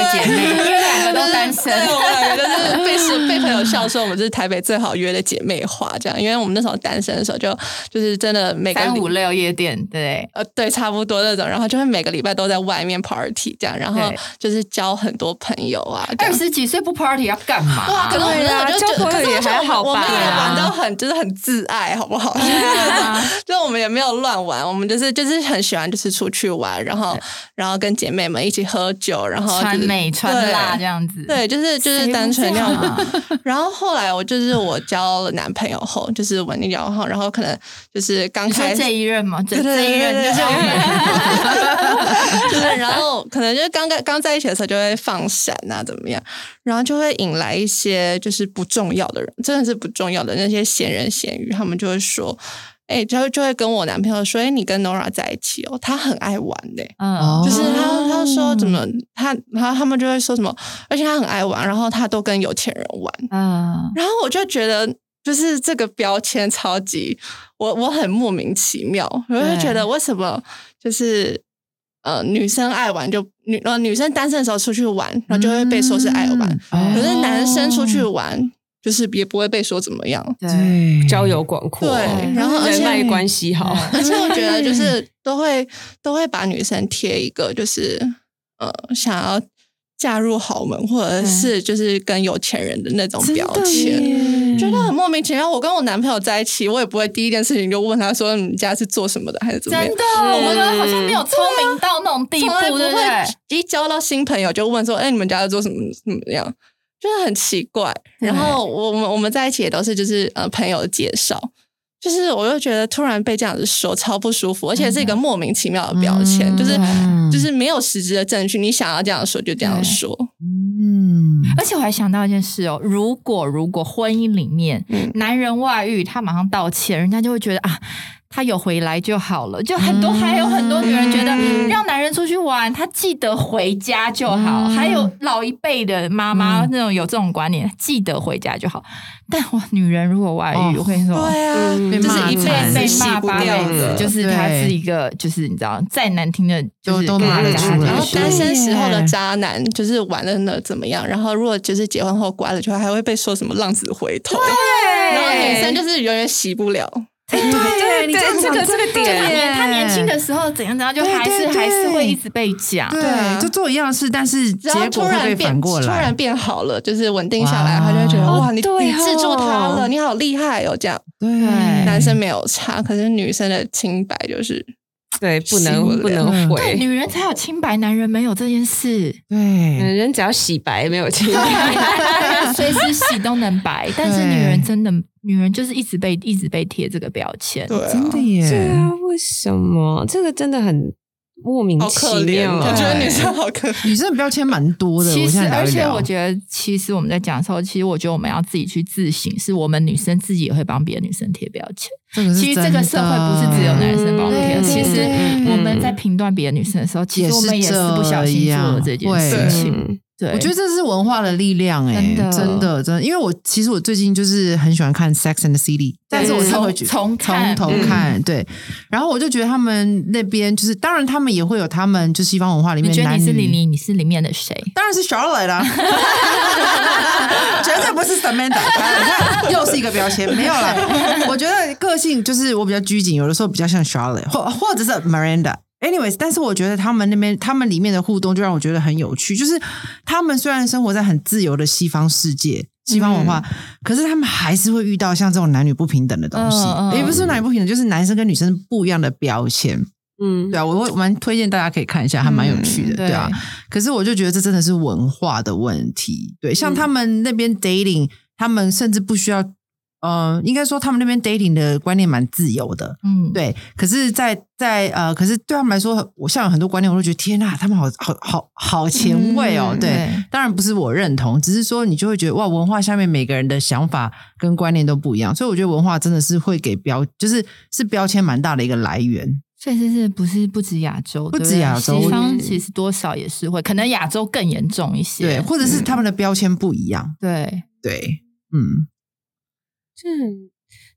Speaker 4: 我们两个就是被是被朋友笑说我们就是台北最好约的姐妹花这样，因为我们那时候单身的时候就就是真的每个
Speaker 3: 三
Speaker 4: 礼
Speaker 3: 五六夜店，对
Speaker 4: 呃，对，差不多那种，然后就会每个礼拜都在外面 party 这样，然后
Speaker 3: 对
Speaker 4: 就是交很多朋友啊，
Speaker 3: 不
Speaker 4: 这
Speaker 3: 对，二
Speaker 4: 样
Speaker 3: 十几岁不 party 要干嘛？
Speaker 4: 哇，啊可能我们那时候就觉
Speaker 5: 啊交
Speaker 4: 得，
Speaker 5: 朋
Speaker 4: 可
Speaker 5: 友
Speaker 4: 是
Speaker 5: 也
Speaker 4: 我觉得
Speaker 5: 还好
Speaker 4: 我们
Speaker 5: 吧
Speaker 4: 也玩到很就是很自爱，好不好？
Speaker 3: 啊
Speaker 4: 就我们也没有乱玩，我们就是就是很喜欢就是出去玩，然后然后跟姐妹们一起喝酒，然后
Speaker 3: 穿
Speaker 4: 就是
Speaker 3: 美穿辣
Speaker 4: 对
Speaker 3: 这样子，
Speaker 4: 对，就是就是单纯那
Speaker 3: 谁不这样
Speaker 4: 样
Speaker 3: 啊。
Speaker 4: 然后后来我就是我交了男朋友后，就是稳定交往后，然后可能就是刚
Speaker 3: 你说
Speaker 4: 开始
Speaker 3: 这一任吗？这
Speaker 4: 对对
Speaker 3: 这一任
Speaker 4: 对
Speaker 3: 就是我们
Speaker 4: 就是然后可能就是刚刚刚在一起的时候就会放闪啊，怎么样，然后就会引来一些就是不重要的人，真的是不重要的那些闲人闲语，他们就会说，哎、就会就会跟我男朋友说，哎、你跟 Nora 在一起哦，他很爱玩的、
Speaker 3: 嗯，
Speaker 4: 就是他，他说怎
Speaker 2: 哦
Speaker 4: 么他，然后他们就会说什么，而且他很爱玩，然后他都跟有钱人玩，
Speaker 3: 嗯，
Speaker 4: 然后我就觉得，就是这个标签超级，我我很莫名其妙，我就觉得为什么就是呃女生爱玩就女呃女生单身的时候出去玩，然后就会被说是爱玩，
Speaker 3: 哦
Speaker 2: 嗯
Speaker 4: 可是男生出去玩就是也不会被说怎么 样。
Speaker 3: 对，
Speaker 5: 交友广阔，哦
Speaker 4: 对然后而且
Speaker 5: 人脉关系好，
Speaker 4: 而且我觉得就是都会都会把女生贴一个就是呃想要嫁入豪门或者是就是跟有钱人的那种标签，觉
Speaker 3: 嗯
Speaker 4: 得很莫名其妙。我跟我男朋友在一起，我也不会第一件事情就问他说你家是做什么的，还是怎么样
Speaker 3: 真。的，我们好像没有聪明到那种地
Speaker 4: 从来
Speaker 3: 步，
Speaker 4: 不
Speaker 3: 对不对
Speaker 4: 会？一交到新朋友就问说：“哎、你们家是做什么怎么样？”就是很奇怪。
Speaker 3: 对
Speaker 4: 然后我们我们在一起也都是就是呃朋友介绍，就是我就觉得突然被这样子说超不舒服，而且
Speaker 3: 嗯
Speaker 4: 是一个莫名其妙的标签，就是
Speaker 2: 嗯
Speaker 4: 就是没有实质的证据，你想要这样说就这样说。
Speaker 2: 嗯，
Speaker 3: 而且我还想到一件事哦，如果如果婚姻里面、
Speaker 4: 嗯
Speaker 3: 男人外遇，他马上道歉，人家就会觉得啊，他有回来就好了。就很多、还有很多女人觉得，让男人出去玩，他记得回家就好。
Speaker 2: 嗯
Speaker 3: 还有老一辈的妈妈那种有这种观念，记得回家就好。但哇，女人如果外
Speaker 2: 哦
Speaker 3: 遇，我跟你说。
Speaker 4: 对啊，
Speaker 5: 嗯
Speaker 4: 就是
Speaker 2: 被骂
Speaker 4: 一辈
Speaker 2: 惨
Speaker 4: 子
Speaker 3: 被
Speaker 4: 洗
Speaker 3: 骂
Speaker 4: 不
Speaker 3: 八辈
Speaker 4: 掉
Speaker 3: 子
Speaker 4: 的，，
Speaker 3: 就是他
Speaker 2: 对啊
Speaker 3: 是一个，就是你知道，再难听的，就是
Speaker 2: 都都骂
Speaker 5: 得出来
Speaker 4: 然后
Speaker 2: 是
Speaker 4: 单身时候的
Speaker 2: 耶
Speaker 4: 渣男就是玩的那怎么样？然后如果就是结婚后乖了，就还会被说什么浪子回头。然后女生就是永远洗不了。
Speaker 3: 哎
Speaker 2: 对，你
Speaker 5: 对，这个这个
Speaker 3: 他
Speaker 5: 点，
Speaker 3: 年他年轻的时候怎样怎样，就还
Speaker 2: 对
Speaker 3: 是
Speaker 2: 对对
Speaker 3: 还是会一直被讲。
Speaker 4: 对啊
Speaker 2: 对，就做一样的事，但是结
Speaker 4: 然后突
Speaker 2: 果会
Speaker 4: 然
Speaker 2: 被
Speaker 4: 变，
Speaker 2: 反过
Speaker 4: 突然
Speaker 2: 来，
Speaker 4: 变好了，就是稳定下来，
Speaker 2: 哇
Speaker 4: 他就会觉得
Speaker 2: 哦
Speaker 4: 哇，你
Speaker 5: 对
Speaker 4: 你制住他
Speaker 5: 哦
Speaker 4: 了，你好厉害哦！这样
Speaker 2: 对，。
Speaker 4: 男生没有差，可是女生的清白就是
Speaker 5: 对，不
Speaker 4: 洗不
Speaker 5: 能
Speaker 4: 了
Speaker 5: 不能
Speaker 3: 对，
Speaker 5: 回，
Speaker 3: 女人才有清白，男人没有这件事
Speaker 2: 对，
Speaker 5: 嗯人只要洗白没有清白，
Speaker 3: 男人随时洗都能白，但是
Speaker 2: 对
Speaker 3: 女人真的，女人就是一直被一直被贴这个标签。
Speaker 4: 对啊
Speaker 2: 真的
Speaker 5: 对
Speaker 2: 耶，
Speaker 5: 啊，为什么这个真的很莫名
Speaker 4: 好可
Speaker 5: 其
Speaker 4: 怜，哦啊
Speaker 5: 妙？啊
Speaker 4: 我觉得
Speaker 2: 对
Speaker 4: 女生好可怜。
Speaker 2: 女生的标签蛮多的，
Speaker 3: 其
Speaker 2: 我
Speaker 3: 实
Speaker 2: 现在，聊
Speaker 3: 而
Speaker 2: 一
Speaker 3: 且
Speaker 2: 聊
Speaker 3: 我觉得，其实我们在讲的时候，其实我觉得我们要自己去自省，是我们女生自己也会帮别的女生贴标签。
Speaker 2: 这个是
Speaker 3: 其实这
Speaker 2: 真
Speaker 3: 个
Speaker 2: 的
Speaker 3: 社会不是只有男生帮我们贴，
Speaker 2: 嗯
Speaker 3: 其实
Speaker 2: 对
Speaker 3: 我们在评断别的女生的时候，其实我们也是不小心做了这件
Speaker 2: 也是这
Speaker 3: 事
Speaker 2: 样
Speaker 3: 情。
Speaker 5: 嗯，
Speaker 3: 对，
Speaker 2: 我觉得这是文化的力量、欸，
Speaker 3: 真的
Speaker 2: 真的，真的，因为我其实我最近就是很喜欢看《Sex and the City》，但是我是
Speaker 3: 从
Speaker 2: 会觉从
Speaker 3: 从看嗯
Speaker 2: 头看，对，然后我就觉得他们那边就是，当然他们也会有他们就西方文化里
Speaker 3: 你
Speaker 2: 面
Speaker 3: 觉得
Speaker 2: 男
Speaker 3: 你是
Speaker 2: 女
Speaker 3: 李明，你是里面的谁？
Speaker 2: 当然是 Charlotte 啦、啊绝对不是 Samantha。你看，又是一个标签，没有 啦。我觉得个性就是我比较拘谨，有的时候比较像 Charlotte，或或者是 Miranda。Anyways，但是我觉得他们那边他们里面的互动就让我觉得很有趣，就是他们虽然生活在很自由的西方世界。西方文
Speaker 3: 嗯
Speaker 2: 化，可是他们还是会遇到像这种男女不平等的东西，
Speaker 3: 嗯嗯
Speaker 2: 也不是说男女不平等，就是男生跟女生不一样的标签。
Speaker 5: 嗯
Speaker 2: 对啊，我会蛮推荐大家可以看一下，还蛮有趣的，
Speaker 3: 嗯
Speaker 2: 对啊。可是我就觉得这真的是文化的问题，对，像他们那边 dating，他们甚至不需要，呃，应该说他们那边 dating 的观念蛮自由的，
Speaker 3: 嗯，
Speaker 2: 对。可是在，在呃，可是对他们来说，我像有很多观念，我都觉得天呐，他们好好好好前卫哦，
Speaker 4: 嗯
Speaker 2: 对。当然不是我认同，只是说你就会觉得哇，文化下面每个人的想法跟观念都不一样，所以我觉得文化真的是会给标，就是是标签蛮大的一个来源。
Speaker 3: 所以这是不是不止亚洲，
Speaker 2: 不止
Speaker 3: 对对
Speaker 2: 亚洲
Speaker 3: 西
Speaker 5: 我
Speaker 3: 方其实多少也是会，可能亚洲更严重一些。
Speaker 2: 对，或者是他们的标签不一样。
Speaker 3: 对，
Speaker 2: 对，嗯，
Speaker 5: 这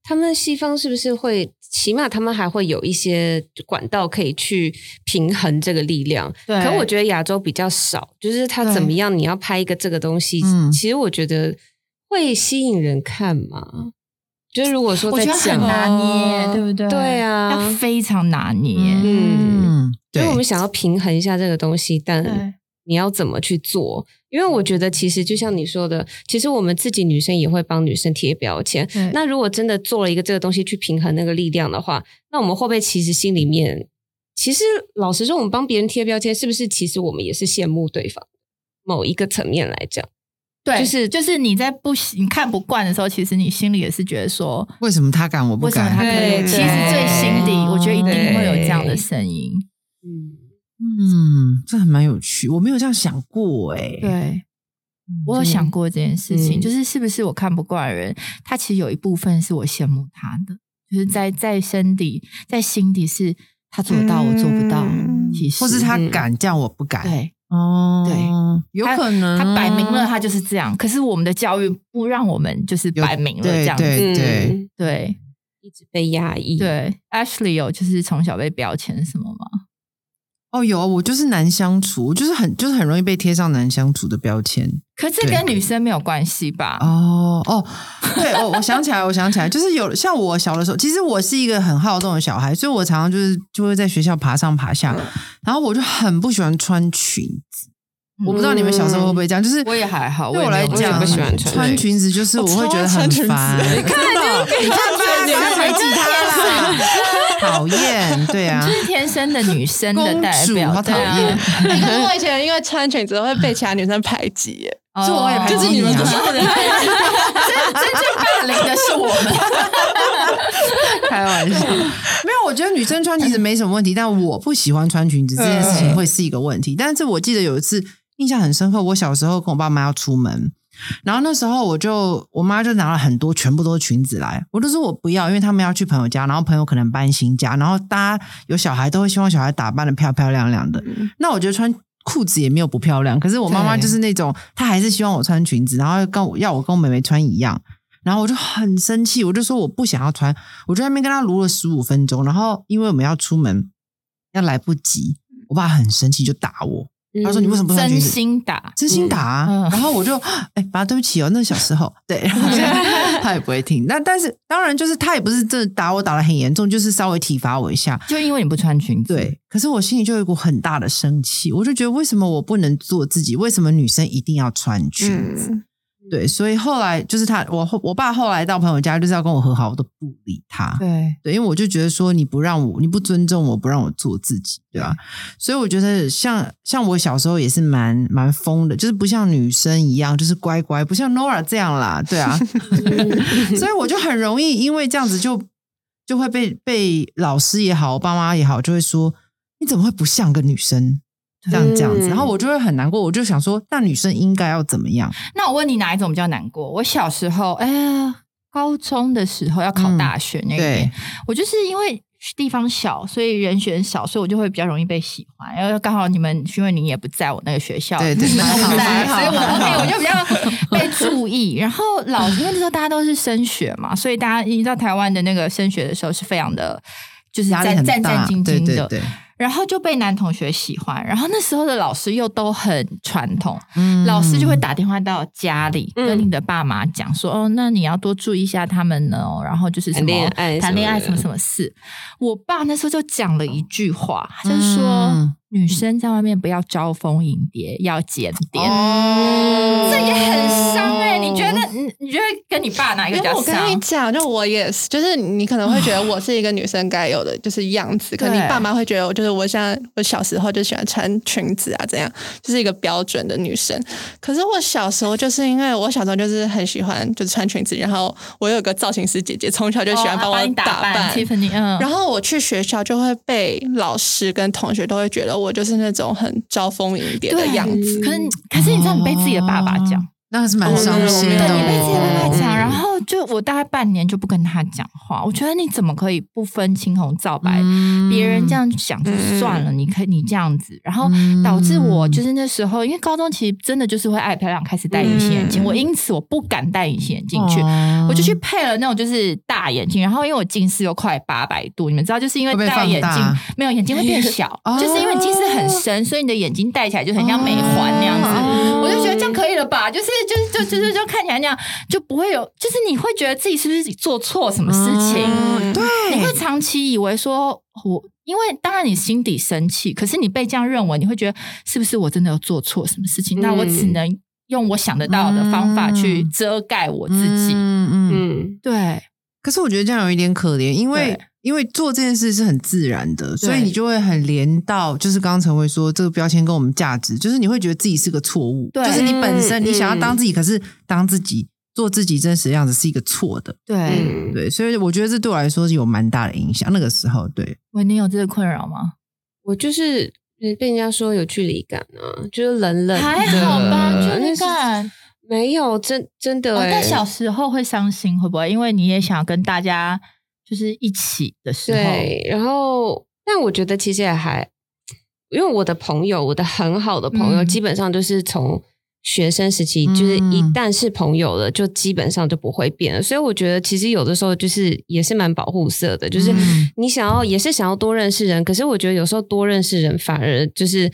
Speaker 5: 他们西方是不是会，起码他们还会有一些管道可以去平衡这个力量？
Speaker 3: 对
Speaker 5: 可我觉得亚洲比较少，就是他怎么样，你要拍一个这个东西，
Speaker 2: 嗯
Speaker 5: 其实我觉得会吸引人看嘛。就是如果说
Speaker 3: 我
Speaker 5: 在
Speaker 3: 觉得很
Speaker 5: 讲，
Speaker 3: 拿捏，
Speaker 1: 哦
Speaker 3: 对不对？
Speaker 5: 对啊
Speaker 3: 要非常拿捏。
Speaker 5: 嗯，
Speaker 2: 嗯，
Speaker 5: 因
Speaker 2: 对
Speaker 5: 为我，们想要平衡一下这个东西，但
Speaker 3: 对
Speaker 5: 你要怎么去做？因为我觉得，其实就像你说的，其实我们自己女生也会帮女生贴标签。
Speaker 3: 对
Speaker 5: 那如果真的做了一个这个东西去平衡那个力量的话，那我们会不会其实心里面，其实老实说，我们帮别人贴标签，是不是其实我们也是羡慕对方某一个层面来讲？
Speaker 3: 对，
Speaker 5: 就是
Speaker 3: 就是你在不喜你看不惯的时候，其其实你心里也是觉得说，
Speaker 2: 为什么他敢我不
Speaker 3: 为什么他
Speaker 2: 敢？
Speaker 3: 可以？
Speaker 5: 对
Speaker 3: 其实最心底，
Speaker 2: 对
Speaker 3: 我觉得一定会有这样的声音。
Speaker 5: 嗯，
Speaker 2: 嗯，这还蛮有趣，我没有这样想过哎、
Speaker 3: 对，
Speaker 2: 嗯
Speaker 3: 我有
Speaker 2: 真的
Speaker 3: 想过这件事情，
Speaker 5: 嗯
Speaker 3: 就是是不是我看不惯的人，他其实有一部分是我羡慕他的，就是在在心底，在心底是他做得到，我做不到
Speaker 4: 嗯，
Speaker 3: 其实
Speaker 2: 或是他敢，这样我不敢。
Speaker 3: 对
Speaker 2: 哦，对，有可能
Speaker 3: 他摆明了他就是这样，可是我们的教育不让我们就是
Speaker 2: 有
Speaker 3: 摆明了这
Speaker 2: 对
Speaker 3: 样子，
Speaker 2: 对对，
Speaker 5: 嗯，
Speaker 3: 对
Speaker 5: 一直被压抑。
Speaker 3: 对，Ashley 有就是从小被标签什么吗？
Speaker 2: 哦，有我就是难相处，我就是很就是很容易被贴上难相处的标签。
Speaker 3: 可是这跟女生没有关系吧？
Speaker 2: 哦哦，对哦，我想起来，我想起来，就是有像我小的时候，其实我是一个很好动的小孩，所以我常常就是就会在学校爬上爬下，然后我就很不喜欢穿裙子。我不知道你们小时候会不会这样，就是
Speaker 3: 嗯我也还好
Speaker 2: 对
Speaker 3: 我
Speaker 2: 我
Speaker 3: 也没
Speaker 2: 来
Speaker 3: 有
Speaker 5: 我也
Speaker 2: 讲，
Speaker 5: 不喜欢穿
Speaker 2: 穿裙子，就是我会觉得很 烦。
Speaker 4: 我超爱穿裙子
Speaker 2: 你看吧，你看回击他啦，讨厌，对啊
Speaker 3: 就，是天生的女生的代表，
Speaker 2: 公主好讨厌
Speaker 3: 对啊
Speaker 4: 哎可是
Speaker 2: 嗯
Speaker 4: 我以前因为穿裙子会被其他女生排挤耶，
Speaker 3: 哦
Speaker 2: 是我也排挤
Speaker 4: 就是你们
Speaker 2: 啊
Speaker 4: 不是
Speaker 3: 真正霸凌的是我们。
Speaker 2: 开玩笑， 没有，我觉得女生穿裙子没什么问题，但我不喜欢穿裙子这件事情会是一个问题。但是我记得有一次印象很深刻，我小时候跟我爸妈要出门，然后那时候我就我妈就拿了很多，全部都是裙子来，我都说我不要，因为他们要去朋友家，然后朋友可能搬新家，然后大家有小孩都会希望小孩打扮的漂漂亮亮的。那我觉得穿。裤子也没有不漂亮，可是我妈妈
Speaker 3: 对
Speaker 2: 就是那种，她还是希望我穿裙子，然后跟我要我跟我妹妹穿一样，然后我就很生气，我就说我不想要穿，我就在那边跟他撸了十五分钟，然后因为我们要出门，要来不及，我爸很生气就打我，
Speaker 5: 嗯
Speaker 2: 他说 你为什么不穿裙
Speaker 3: 真
Speaker 2: 子？
Speaker 3: 心打，
Speaker 2: 真心打、啊，
Speaker 3: 嗯嗯
Speaker 2: 然后我就 哎，爸、对不起哦，那小时 候对， 然后现在他也不会听。那但是当然就是他也不是真的打我打的很严重，就是稍微体罚我一下。
Speaker 3: 就因为你不穿裙子。，
Speaker 2: 对，可是我心里就有一股很大的生气，我就觉得为什么我不能做自己？为什么女生一定要穿裙子？
Speaker 4: 嗯，
Speaker 2: 对，所以后来就是他，我后我爸后来到朋友家就是要跟我和好，我都不理他。
Speaker 3: 对，
Speaker 2: 对，因为我就觉得说你不让我，你不尊重我，不让我做自己，对吧、所以我觉得像像我小时候也是蛮蛮疯的，就是不像女生一样，就是乖乖，不像 Nora 这样啦，对 啊。所以我就很容易因为这样子就就会被被老师也好，爸妈也好，就会说你怎么会不像个女生？这样这样子，
Speaker 5: 嗯
Speaker 2: 然后我就会很难过，我就想说，那女生应该要怎么样？
Speaker 3: 那我问你哪一种比较难过？我小时候，哎呀，高中的时候要考大学那一年，
Speaker 2: 嗯对，
Speaker 3: 我就是因为地方小，所以人选少，所以我就会比较容易被喜欢。然后刚好你们，因为你也不在我那个学校，
Speaker 2: 对对
Speaker 3: 你们都不在，
Speaker 2: 还好
Speaker 3: 所以我
Speaker 2: 还
Speaker 3: OK，
Speaker 2: 好
Speaker 3: 我就比较被注意。然后老师因为那时候大家都是升学嘛，所以大家你知道台湾的那个升学的时候是非常的，就是
Speaker 2: 压力
Speaker 3: 战
Speaker 2: 很
Speaker 3: 战战
Speaker 2: 大，
Speaker 3: 兢兢的。
Speaker 2: 对对对，
Speaker 3: 然后就被男同学喜欢，然后那时候的老师又都很传统，
Speaker 2: 嗯
Speaker 3: 老师就会打电话到家里、
Speaker 5: 嗯
Speaker 3: 跟你的爸妈讲说，哦，那你要多注意一下他们呢哦，然后就是什么
Speaker 5: 谈恋爱
Speaker 3: 谈恋爱
Speaker 5: 什
Speaker 3: 什
Speaker 5: 么
Speaker 3: 么
Speaker 5: 的
Speaker 3: 什么事。我爸那时候就讲了一句话，他就是说、
Speaker 2: 嗯
Speaker 3: 女生在外面不要招蜂引蝶，要检点。
Speaker 2: 哦
Speaker 3: 这也很伤哎、你觉得那？你你觉得跟你爸哪一个
Speaker 4: 因
Speaker 3: 比
Speaker 4: 为
Speaker 3: 较
Speaker 4: 我跟你
Speaker 3: 伤？
Speaker 4: 讲，就我也是，就是你可能会觉得我是一个女生该有的就是样子，可能你
Speaker 3: 对
Speaker 4: 爸妈会觉得我就是我现在我小时候就喜欢穿裙子啊，怎样，就是一个标准的女生。可是我小时候就是因为我小时候就是很喜欢就是穿裙子，然后我有个造型师姐姐，从小就喜欢
Speaker 3: 哦
Speaker 4: 帮我
Speaker 3: 你
Speaker 4: 打
Speaker 3: 打
Speaker 4: 扮，
Speaker 3: ，Tiffany，嗯，
Speaker 4: 然后我去学校就会被老师跟同学都会觉得我就是那种很招蜂引蝶的
Speaker 3: 对
Speaker 4: 样子，
Speaker 3: 可是你可是你知道你被自己的爸爸讲。
Speaker 2: 那是蛮
Speaker 5: 哦
Speaker 2: 伤心
Speaker 5: 没有
Speaker 2: 的
Speaker 3: 对你被
Speaker 5: 没有
Speaker 3: 自己的爸爸
Speaker 5: 没有
Speaker 3: 讲，
Speaker 5: 嗯
Speaker 3: 然后就我大概半年就不跟他讲话。我觉得你怎么可以不分青红皂白？
Speaker 2: 嗯
Speaker 3: 别人这样想就算了，你可以你这样子，然后
Speaker 2: 嗯
Speaker 3: 导致我就是那时候，因为高中其实真的就是会爱漂亮，开始戴隐形眼镜，
Speaker 4: 嗯
Speaker 3: 我因此我不敢戴隐形眼镜
Speaker 2: 哦
Speaker 3: 去。我就去配了那种就是大眼镜，然后因为我近视又快八百度，你们知道，就是因为
Speaker 2: 会被
Speaker 3: 戴
Speaker 2: 放
Speaker 3: 眼
Speaker 2: 大
Speaker 3: 镜没有眼睛会 变小，
Speaker 2: 哦
Speaker 3: 就是因为你近视很深，所以你的眼睛戴起来就很像美环那样子。
Speaker 2: 哦
Speaker 3: 我就觉得这样可以了吧？就是就是就就是
Speaker 5: 嗯
Speaker 3: 就看起来那样，就不会有，就是你会觉得自己是不是做错什么事情？
Speaker 2: 嗯对，
Speaker 3: 你会长期以为说我，因为当然你心底生气，可是你被这样认为，你会觉得是不是我真的有做错什么事情？
Speaker 5: 嗯
Speaker 3: 那我只能用我想得到的方法去遮盖我自己。
Speaker 2: 嗯嗯
Speaker 5: 嗯，
Speaker 3: 对
Speaker 2: 可是我觉得这样有一点可怜，因为
Speaker 3: 对
Speaker 2: 因为做这件事是很自然的，所以你就会很连到，就是刚刚陈慧说这个标签跟我们价值，就是你会觉得自己是个错误，
Speaker 3: 对
Speaker 2: 就是你本身
Speaker 5: 嗯
Speaker 2: 你想要当自己，可是当自己做自己真实的样子是一个错的，
Speaker 3: 对，
Speaker 5: 嗯
Speaker 2: 对，所以我觉得这对我来说是有蛮大的影响。那个时候，对，
Speaker 3: 维尼有这个困扰吗？
Speaker 5: 我就是呃被人家说有距离感啊，就是冷冷的，
Speaker 3: 还好吧，
Speaker 2: 嗯
Speaker 3: 就
Speaker 5: 那
Speaker 3: 你
Speaker 5: 是
Speaker 3: 看，
Speaker 5: 没有真真的、
Speaker 3: 哦
Speaker 5: 欸，
Speaker 3: 但小时候会伤心，会不会？因为你也想要跟大家就是一起的时候，
Speaker 5: 对，然后但我觉得其实也还，因为我的朋友，我的很好的朋友，
Speaker 3: 嗯
Speaker 5: 基本上就是从学生时期，就是
Speaker 2: 嗯
Speaker 5: 一旦是朋友了，就基本上就不会变了。所以我觉得其实有的时候就是也是蛮保护色的，就是
Speaker 2: 嗯
Speaker 5: 你想要也是想要多认识人，可是我觉得有时候多认识人反而就是。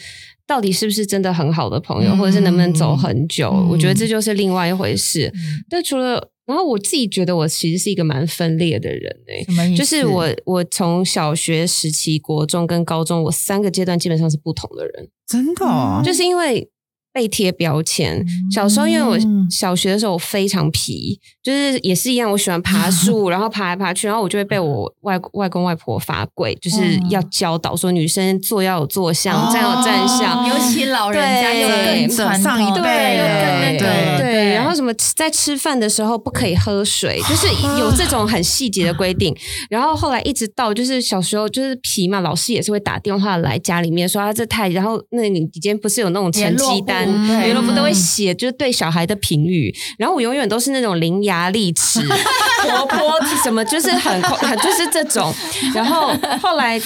Speaker 5: 到底是不是真的很好的朋友，
Speaker 2: 嗯
Speaker 5: 或者是能不能走很久？
Speaker 2: 嗯
Speaker 5: 我觉得这就是另外一回事。但除了，然后我自己觉得我其实是一个蛮分裂的人欸诶、
Speaker 3: 什么意思？
Speaker 5: 就是我，我从小学时期、国中跟高中，我三个阶段基本上是不同的人，
Speaker 2: 真的、哦，
Speaker 5: 就是因为被贴标签。小时候，因为我
Speaker 2: 嗯
Speaker 5: 小学的时候我非常皮，就是也是一样，我喜欢爬树，然后爬来爬去，然后我就会被我外外公外婆罚跪，就是
Speaker 3: 嗯
Speaker 5: 要教导说女生坐要有坐相，站有站相，
Speaker 3: 尤其老人家又
Speaker 5: 对
Speaker 3: 更传统，
Speaker 2: 上一辈
Speaker 3: 对又更那个了
Speaker 2: 对
Speaker 5: 哦对，然后什么吃在吃饭的时候不可以喝水，就是有这种很细节的规定。然后后来一直到就是小时候就是皮嘛，老师也是会打电话来家里面说啊这太，然后那你今天不是有那种成绩单
Speaker 3: 联络簿，对
Speaker 5: 联络不都会写就是对小孩的评语。然后我永远都是那种伶牙俐 齿、活泼什么，就是很很就是这种。然后后来。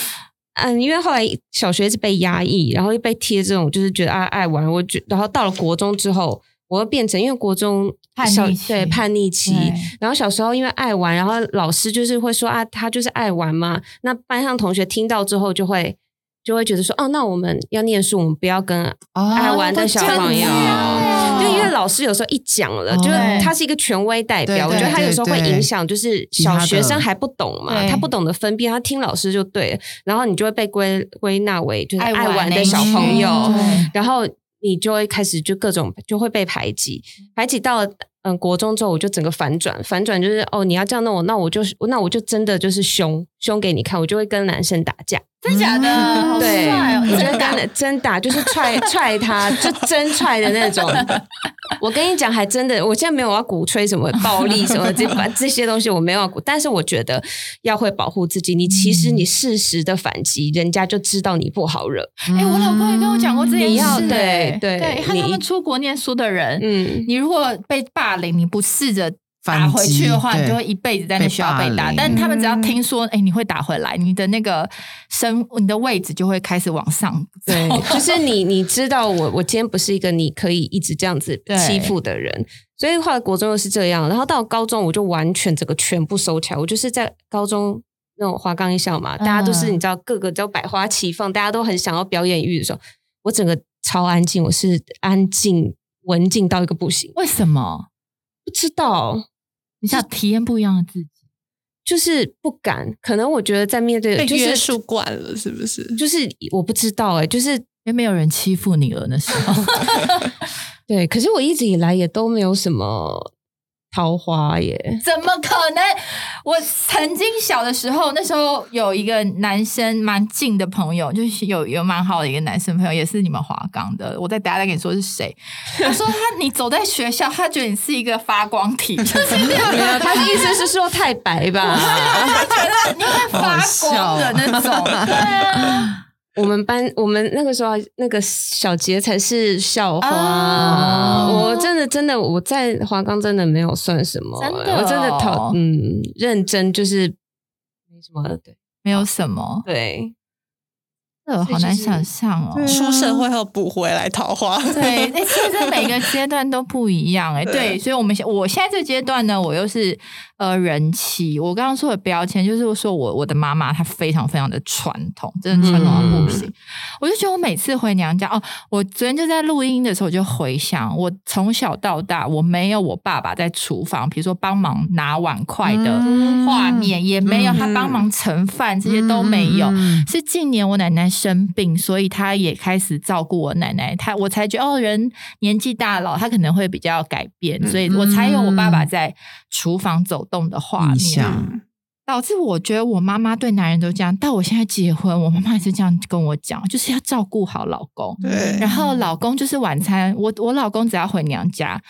Speaker 5: 嗯，因为后来小学是被压抑，然后又被贴这种，就是觉得啊爱玩，我觉，然后到了国中之后，我又变成因为国中
Speaker 3: 叛逆
Speaker 5: 小
Speaker 3: 期
Speaker 5: 对叛逆期，
Speaker 3: 对
Speaker 5: 然后小时候因为爱玩，然后老师就是会说啊，他就是爱玩嘛。那班上同学听到之后就会就会觉得说，哦，那我们要念书，我们不要跟
Speaker 2: 哦
Speaker 5: 爱玩的小朋友。
Speaker 2: 啊
Speaker 3: 哦
Speaker 5: 对，因啊为老师有时候一讲了，
Speaker 2: 哦
Speaker 5: 就是他是一个权威代表，我
Speaker 2: 对
Speaker 5: 觉得他
Speaker 2: 对
Speaker 5: 有时候会
Speaker 2: 对
Speaker 5: 影响，就是
Speaker 2: 其他
Speaker 5: 小
Speaker 2: 的
Speaker 5: 学生还不懂嘛，
Speaker 3: 对
Speaker 5: 他不懂得分辨，他听老师就对了，然后你就会被归归纳为就是爱玩的小朋友，
Speaker 3: 爱玩那一群
Speaker 5: 然后你就会开始就各种就会被排挤，排挤到了嗯国中之后，我就整个反转，反转就是哦，你要这样弄我，那我就那我就真的就是凶凶给你看，我就会跟男生打架，
Speaker 3: 真假的，好
Speaker 5: 嗯对，
Speaker 3: 帅哦，
Speaker 5: 我就
Speaker 3: 真的
Speaker 5: 跟真打就是踹 踹他，就真踹的那种。我跟你讲，还真的，我现在没有要鼓吹什么暴力什么这把这些东西，我没有要鼓，但是我觉得要会保护自己。你其
Speaker 3: 嗯
Speaker 5: 实你适时的反击，人家就知道你不好惹。
Speaker 3: 哎、我老公也跟我讲过这件
Speaker 5: 你
Speaker 3: 事、
Speaker 5: 要
Speaker 3: 哎
Speaker 5: 对对
Speaker 3: 对，看
Speaker 5: 你
Speaker 3: 他们出国念书的人，
Speaker 5: 嗯，
Speaker 3: 你如果被霸凌，你不试着打
Speaker 2: 反
Speaker 3: 回
Speaker 2: 击
Speaker 3: 去的话，你
Speaker 2: 对
Speaker 3: 就会一辈子在那学校
Speaker 2: 被霸
Speaker 3: 被打。
Speaker 2: 凌
Speaker 3: 但他们只要听说，哎、你会打回来，你的那个身，你的位置就会开始往上走。
Speaker 5: 对，
Speaker 4: 哦
Speaker 5: 就是你，你知道我，我今天不是一个你可以一直这样子
Speaker 3: 对
Speaker 5: 欺负的人，所以后来国中又是这样，然后到高中我就完全整个全部收起来，我就是在高中那种华冈一校嘛，大家都是
Speaker 3: 嗯
Speaker 5: 你知道各个都百花齐放，大家都很想要表演欲的时候，我整个超安静，我是安静文静到一个不行，
Speaker 3: 为什么？
Speaker 5: 不知道。
Speaker 3: 你想体验不一样的自己？
Speaker 5: 就是不敢，可能我觉得在面对
Speaker 4: 被
Speaker 5: 就是
Speaker 4: 约束惯了，是不
Speaker 3: 啊
Speaker 4: 是？
Speaker 5: 就是我不知道哎、就是
Speaker 3: 因为没有人欺负你了那时 候。
Speaker 5: 对，可是我一直以来也都没有什么桃花耶。
Speaker 3: 怎么可能？我曾经小的时候，那时候有一个男生蛮近的朋友，就是有有蛮好的一个男生朋友，也是你们华冈的。我再等下再跟你说是 谁。他说他你走在学校，他觉得你是一个发 光体，就是那
Speaker 5: 没有， 他的意思是说太 白吧？
Speaker 3: 他觉得你会发光的那种。对啊，
Speaker 5: 我们班我们那个时候啊那个小杰才是校花，
Speaker 3: 啊
Speaker 5: 我真的真的我在华冈真的没有算什么，欸
Speaker 3: 真的哦
Speaker 5: 我真的讨嗯认真就是没什么对
Speaker 3: 没有什么，
Speaker 5: 对，
Speaker 3: 这好难想象哦。
Speaker 2: 对啊
Speaker 4: 出社会后补回来桃花，
Speaker 3: 对，那其实每个阶段都不一样哎、对，所以我们现我现在这阶段呢，我又是呃人妻。我刚刚说的标签就是说我我的妈妈她非常非常的传统，真的传统到不行。我就觉得我每次回娘家哦，我昨天就在录音的时候就回想，我从小到大我没有我爸爸在厨房，比如说帮忙拿碗筷的
Speaker 5: 嗯
Speaker 3: 画面，也没有他
Speaker 4: 嗯
Speaker 3: 帮忙盛饭，这些都没有。
Speaker 2: 嗯
Speaker 3: 是近年我奶奶生病，所以她也开始照顾我奶奶，她我才觉得哦，人年纪大了，她可能会比较改变，
Speaker 2: 嗯
Speaker 3: 所以我才有我爸爸在厨房走动的画
Speaker 2: 嗯
Speaker 3: 面，
Speaker 2: 印象
Speaker 3: 导致我觉得我妈妈对男人都这样，到我现在结婚，我妈妈也是这样跟我讲，就是要照顾好老公。
Speaker 4: 对
Speaker 3: 然后老公就是晚餐，我我老公只要回娘家，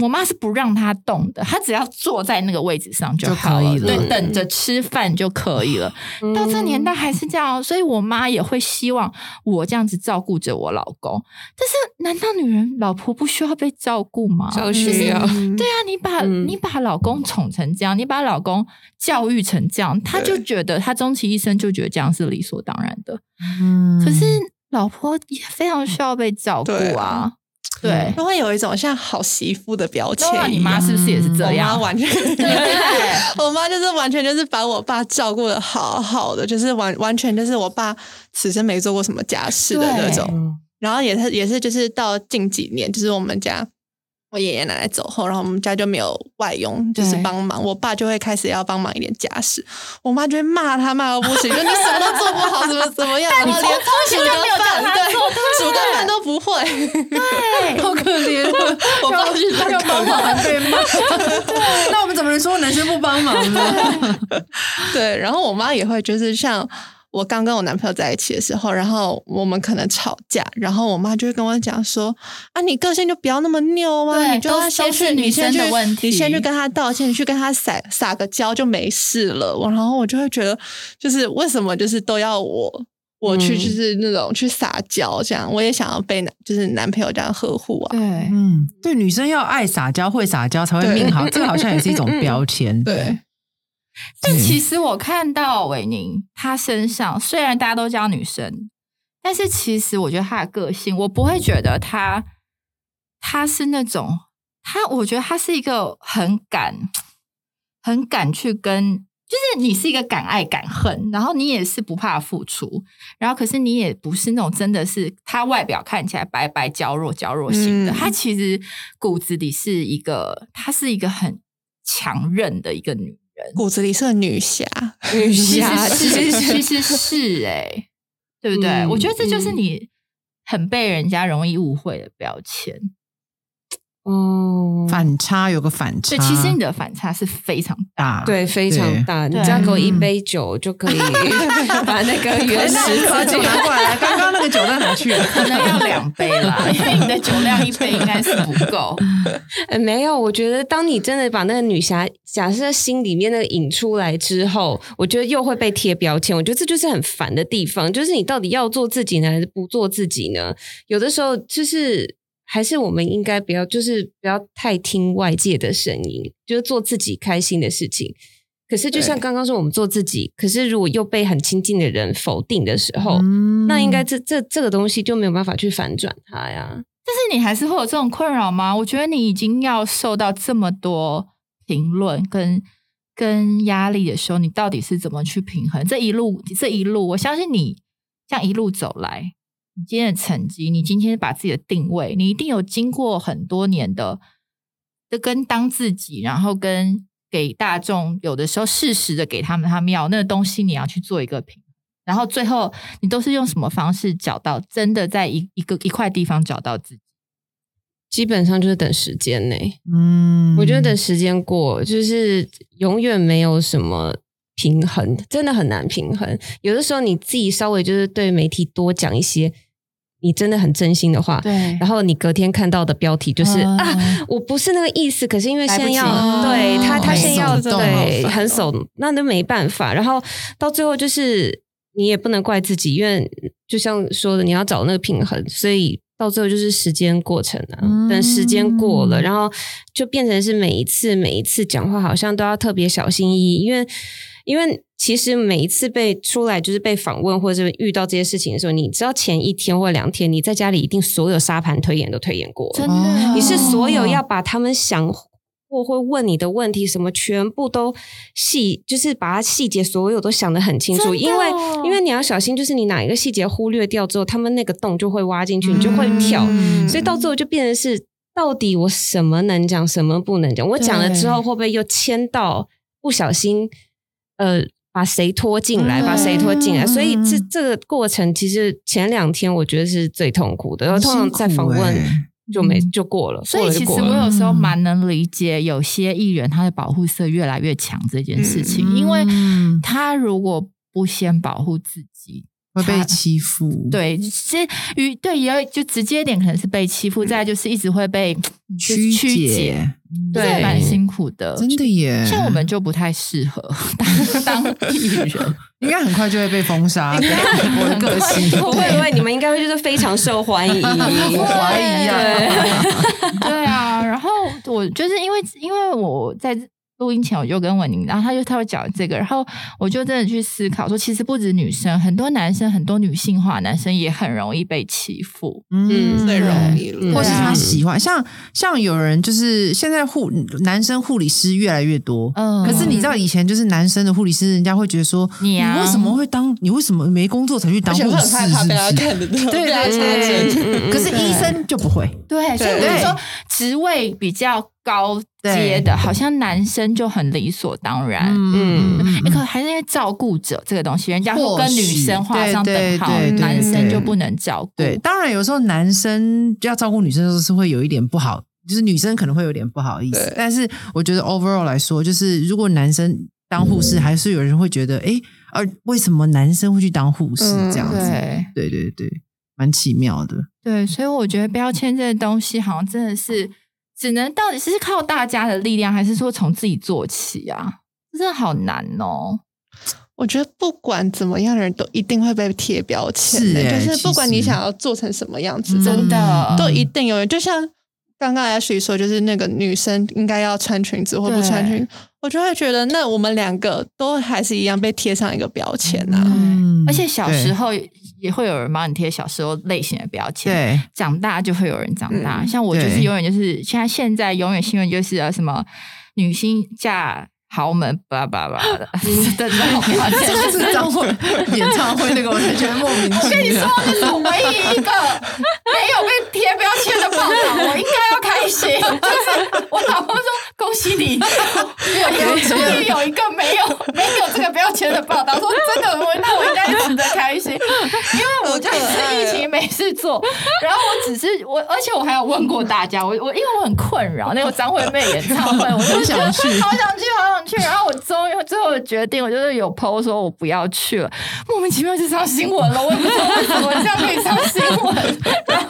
Speaker 3: 我妈是不让他动的，他只要坐在那个位置上就
Speaker 2: 就
Speaker 3: 好
Speaker 2: 可以了嗯
Speaker 3: 对，等着吃饭就可以了。到
Speaker 5: 嗯
Speaker 3: 这年代还是这样，哦所以我妈也会希望我这样子照顾着我老公。但是，难道女人老婆不需要被照顾吗？
Speaker 5: 稍需要，
Speaker 3: 对啊，你把、
Speaker 5: 嗯
Speaker 3: 你把老公宠成这样，你把老公教育成这样，他就觉得他终其一生就觉得这样是理所当然的。
Speaker 2: 嗯
Speaker 3: 可是老婆也非常需要被照顾
Speaker 4: 对
Speaker 3: 啊
Speaker 4: 啊，
Speaker 3: 对。
Speaker 4: 都会有一种像好媳妇的标签一
Speaker 3: 那
Speaker 4: 样。
Speaker 3: 你妈是不是也是这
Speaker 4: 我
Speaker 3: 样
Speaker 4: 妈？完全，
Speaker 3: 对不 对
Speaker 4: 我妈就是完全就是把我爸照顾的好好的，就是完完全就是我爸此生没做过什么家事的那种。
Speaker 5: 嗯
Speaker 4: 然后也是也是就是到近几年，就是我们家我爷爷奶奶走后，然后我们家就没有外佣，就是
Speaker 3: 对
Speaker 4: 帮忙，我爸就会开始要帮忙一点家事，我妈就会骂他骂到不 行，就你什么都做不好，怎么怎么样，然后连煮
Speaker 3: 就没有
Speaker 4: 个
Speaker 3: 叫
Speaker 4: 饭
Speaker 3: 他
Speaker 4: 对
Speaker 3: 做对
Speaker 4: 煮个饭都不会，
Speaker 3: 对，
Speaker 2: 好可怜哦，
Speaker 4: 我爸去
Speaker 3: 他就帮忙对吗？
Speaker 2: 那我们怎么能说男生不帮忙呢？
Speaker 4: 对，然后我妈也会就是像我刚跟我男朋友在一起的时候，然后我们可能吵架，然后我妈就会跟我讲说：“啊，你个性就不要那么拗啊，
Speaker 3: 对
Speaker 4: 你就
Speaker 3: 都
Speaker 4: 要
Speaker 3: 是
Speaker 4: 先
Speaker 3: 都是
Speaker 4: 去，
Speaker 3: 女
Speaker 4: 你先
Speaker 3: 生
Speaker 4: 去
Speaker 3: 的问
Speaker 4: 你先去
Speaker 3: 题
Speaker 4: 跟他道歉，你去跟他撒撒个娇就没事了。”我然后我就会觉得，就是为什么就是都要我。我去
Speaker 5: 嗯
Speaker 4: 就是那种去撒娇，这样我也想要被男就是男朋友这样呵护啊。
Speaker 3: 对，
Speaker 2: 嗯，对，女生要爱撒娇，会撒娇才会命好，这个好像也是一种标 签。
Speaker 4: 对，
Speaker 3: 但
Speaker 2: 嗯
Speaker 3: 其实我看到韦宁她身上，虽然大家都叫女生，但是其实我觉得她的个性，我不会觉得她她是那种她，我觉得她是一个很敢、很敢去跟，就是你是一个敢爱敢恨，然后你也是不怕付出，然后可是你也不是那种真的是她外表看起来白白娇弱娇弱型的，
Speaker 4: 嗯
Speaker 3: 她其实骨子里是一个，她是一个很强韧的一个女人。
Speaker 4: 骨子里是个女侠，
Speaker 5: 女
Speaker 3: 其
Speaker 5: 侠，
Speaker 3: 实
Speaker 5: 其
Speaker 3: 是，其
Speaker 5: 实
Speaker 3: 实是哎、对不对？
Speaker 5: 嗯
Speaker 3: 我觉得这就是你很被人家容易误会的标签。
Speaker 5: 哦，
Speaker 2: 反差有个反差，
Speaker 3: 对，其实你的反差是非常
Speaker 2: 大
Speaker 5: 对，非常
Speaker 2: 对
Speaker 5: 大。你
Speaker 3: 对
Speaker 5: 只要给我一
Speaker 2: 嗯
Speaker 5: 杯酒就可以 把那 个原始
Speaker 2: 那我们把
Speaker 5: 自
Speaker 2: 酒
Speaker 5: 己
Speaker 2: 拿过来，刚刚那个酒袋拿去了。
Speaker 3: 可能要两杯 啦，因为你的酒量一杯应该是不够。
Speaker 5: 呃，没有，我觉得当你真的把那个女侠假设心里面那个引出来之后，我觉得又会被贴标签。我觉得这就是很烦的地方，就是你到底要做自己呢，还是不做自己呢？有的时候就是还是我们应该不要，就是不要太听外界的声音，就是做自己开心的事情。可是，就像
Speaker 4: 对
Speaker 5: 刚刚说，我们做自己，可是如果又被很亲近的人否定的时候，
Speaker 2: 嗯
Speaker 5: 那应该这这这个东西就没有办法去反转它呀。
Speaker 3: 但是你还是会有这种困扰吗？我觉得你已经要受到这么多评论跟跟压力的时候，你到底是怎么去平衡这一路？这一路，我相信你这样一路走来，你今天的成绩，你今天把自己的定位，你一定有经过很多年的，就跟当自己，然后跟给大众，有的时候适时的给他们他们要那个东西，你要去做一个平衡然后最后你都是用什么方式找到真的在一一个一块地方找到自己？
Speaker 5: 基本上就是等时间呢、
Speaker 2: 嗯
Speaker 5: 我觉得等时间过，就是永远没有什么平衡，真的很难平衡。有的时候你自己稍微就是对媒体多讲一些你真的很真心的话，
Speaker 3: 对
Speaker 5: 然后你隔天看到的标题就是、
Speaker 2: 嗯
Speaker 5: 啊， 我不是那个意思，可是因为
Speaker 3: 来不
Speaker 5: 现在要
Speaker 4: 及
Speaker 5: 对他，他
Speaker 4: 哦
Speaker 5: 现在要
Speaker 2: 手动
Speaker 4: 好
Speaker 5: 对
Speaker 4: 烦哦
Speaker 5: 很手，那都没办法。然后到最后就是你也不能怪自己，因为就像说的，你要找那个平衡，所以到最后就是时间过程啊。
Speaker 2: 嗯
Speaker 5: 等时间过了，然后就变成是每一次每一次讲话好像都要特别小心翼翼，因为因为其实每一次被出来就是被访问或者是遇到这些事情的时候，你知道前一天或两天你在家里一定所有沙盘推演都推演过了，
Speaker 3: 真
Speaker 2: 哦
Speaker 3: 的，
Speaker 5: 你是所有要把他们想或会问你的问题什么，全部都细，就是把它细节所有都想得很清楚，
Speaker 3: 真的
Speaker 5: 因为
Speaker 3: 哦
Speaker 5: 因为你要小心，就是你哪一个细节忽略掉之后，他们那个洞就会挖进去，你就会跳，
Speaker 2: 嗯
Speaker 5: 所以到最后就变成是，到底我什么能讲，什么不能讲，我讲了之后会不会又牵到不小心，呃。把谁拖进来，
Speaker 2: 嗯
Speaker 5: 把谁拖进来，所以这
Speaker 2: 嗯
Speaker 5: 这个过程其实前两天我觉得是最痛苦的，然后通常在访问
Speaker 2: 很辛苦欸
Speaker 5: 就没就过了，
Speaker 3: 所
Speaker 5: 过
Speaker 3: 以
Speaker 5: 了就
Speaker 3: 其实
Speaker 5: 过
Speaker 3: 我
Speaker 5: 了
Speaker 3: 有时候蛮能理解有些艺人他的保护色越来越强这件事情，因为
Speaker 2: 嗯
Speaker 3: 他如果不先保护自己，
Speaker 2: 会被欺负，，
Speaker 3: 对，是与对也要就直接一点，可能是被欺负，再来就是一直会被嗯
Speaker 2: 曲
Speaker 3: 曲解，
Speaker 2: 解，
Speaker 3: 这
Speaker 5: 对
Speaker 3: 蛮辛苦的。
Speaker 2: 真的耶，
Speaker 3: 像我们就不太适合当 当艺人，
Speaker 2: 应该很快就会被封杀，对我的个性，
Speaker 5: 不 会不会，你们应该会就是非常受欢迎。
Speaker 2: 我怀疑啊，
Speaker 3: 对 啊。然后我就是因为因为我在录音前我就跟文宁，然后他就他会讲这个，然后我就真的去思考说，其实不止女生，很多男生，很多女性化男生也很容易被欺负。
Speaker 5: 嗯
Speaker 4: 最容易
Speaker 5: 嗯
Speaker 4: 了。
Speaker 2: 或是
Speaker 3: 对啊
Speaker 2: 他喜欢，像像有人就是现在护男生护理师越来越多，
Speaker 3: 嗯
Speaker 2: 可是你知道以前就是男生的护理师，人家会觉得说
Speaker 3: 你啊
Speaker 2: 为什么会当你为什么没工作才去当
Speaker 4: 而
Speaker 2: 护
Speaker 4: 且会
Speaker 2: 士？
Speaker 4: 很害怕
Speaker 2: 是
Speaker 4: 被
Speaker 2: 不
Speaker 4: 他
Speaker 2: 是？
Speaker 4: 看得到，
Speaker 2: 对
Speaker 4: 被 他
Speaker 2: 对
Speaker 4: 插
Speaker 5: 嗯
Speaker 2: 对
Speaker 4: 针。
Speaker 2: 可是医生就不会，
Speaker 3: 对，所以我就
Speaker 4: 对
Speaker 3: 说，职位比较高阶的，好像男生就很理所当然。
Speaker 5: 嗯
Speaker 3: 嗯，可还是因为照顾者这个东西，人家会跟女生画上等号
Speaker 2: 或许对
Speaker 5: 对对，对
Speaker 3: 男生就不能照顾。
Speaker 2: 对，当然有时候男生要照顾女生的时候是会有一点不好，就是女生可能会有点不好意思
Speaker 4: 对。
Speaker 2: 但是我觉得 overall 来说，就是如果男生当护士，还是有人会觉得，哎，而为什么男生会去当护士
Speaker 4: 嗯
Speaker 2: 这样子？
Speaker 3: 对
Speaker 2: 对对对，蛮奇妙的。
Speaker 3: 对，所以我觉得标签这个东西，好像真的是只能到底是靠大家的力量，还是说从自己做起啊？真的好难哦。
Speaker 4: 我觉得不管怎么样的人都一定会被贴标签
Speaker 2: 是
Speaker 4: 的，
Speaker 2: 欸
Speaker 4: 就是不管你
Speaker 2: 其实
Speaker 4: 想要做成什么样子，
Speaker 2: 嗯
Speaker 4: 都
Speaker 3: 真的
Speaker 4: 都一定有人。就像刚刚 Ashley 说，就是那个女生应该要穿裙子或不穿裙，我就会觉得，那我们两个都还是一样被贴上一个标签啊。
Speaker 2: 嗯
Speaker 3: 而且小时
Speaker 2: 对
Speaker 3: 候也会有人帮你贴小时候类型的标签，
Speaker 2: 对，
Speaker 3: 长大就会有人长大。
Speaker 4: 嗯
Speaker 3: 像我就是
Speaker 2: 对
Speaker 3: 永远就是现在现在永远新闻就是啊什么女星嫁豪门，叭叭叭的，真的好夸张。
Speaker 2: 上次张惠演唱会那个，我才觉得莫名其妙。
Speaker 3: 你说这是我唯一一个没有被贴标签的报道，我应该要开心。 就是我老公说恭喜你，我终于有一个没有没有这个标签的报道，说真的，我那我应该值得开心，因为我就是疫情没事做，然后我只是我，而且我还有问过大家，我我因为我很困扰那个张惠妹演唱会，我就觉得
Speaker 2: 好想去
Speaker 3: 好想去，好想去，然后我终于最后决定，我就是有 PO 说我不要去了，莫名其妙就上新闻了，我也不知道为什么这样可以上新闻，然后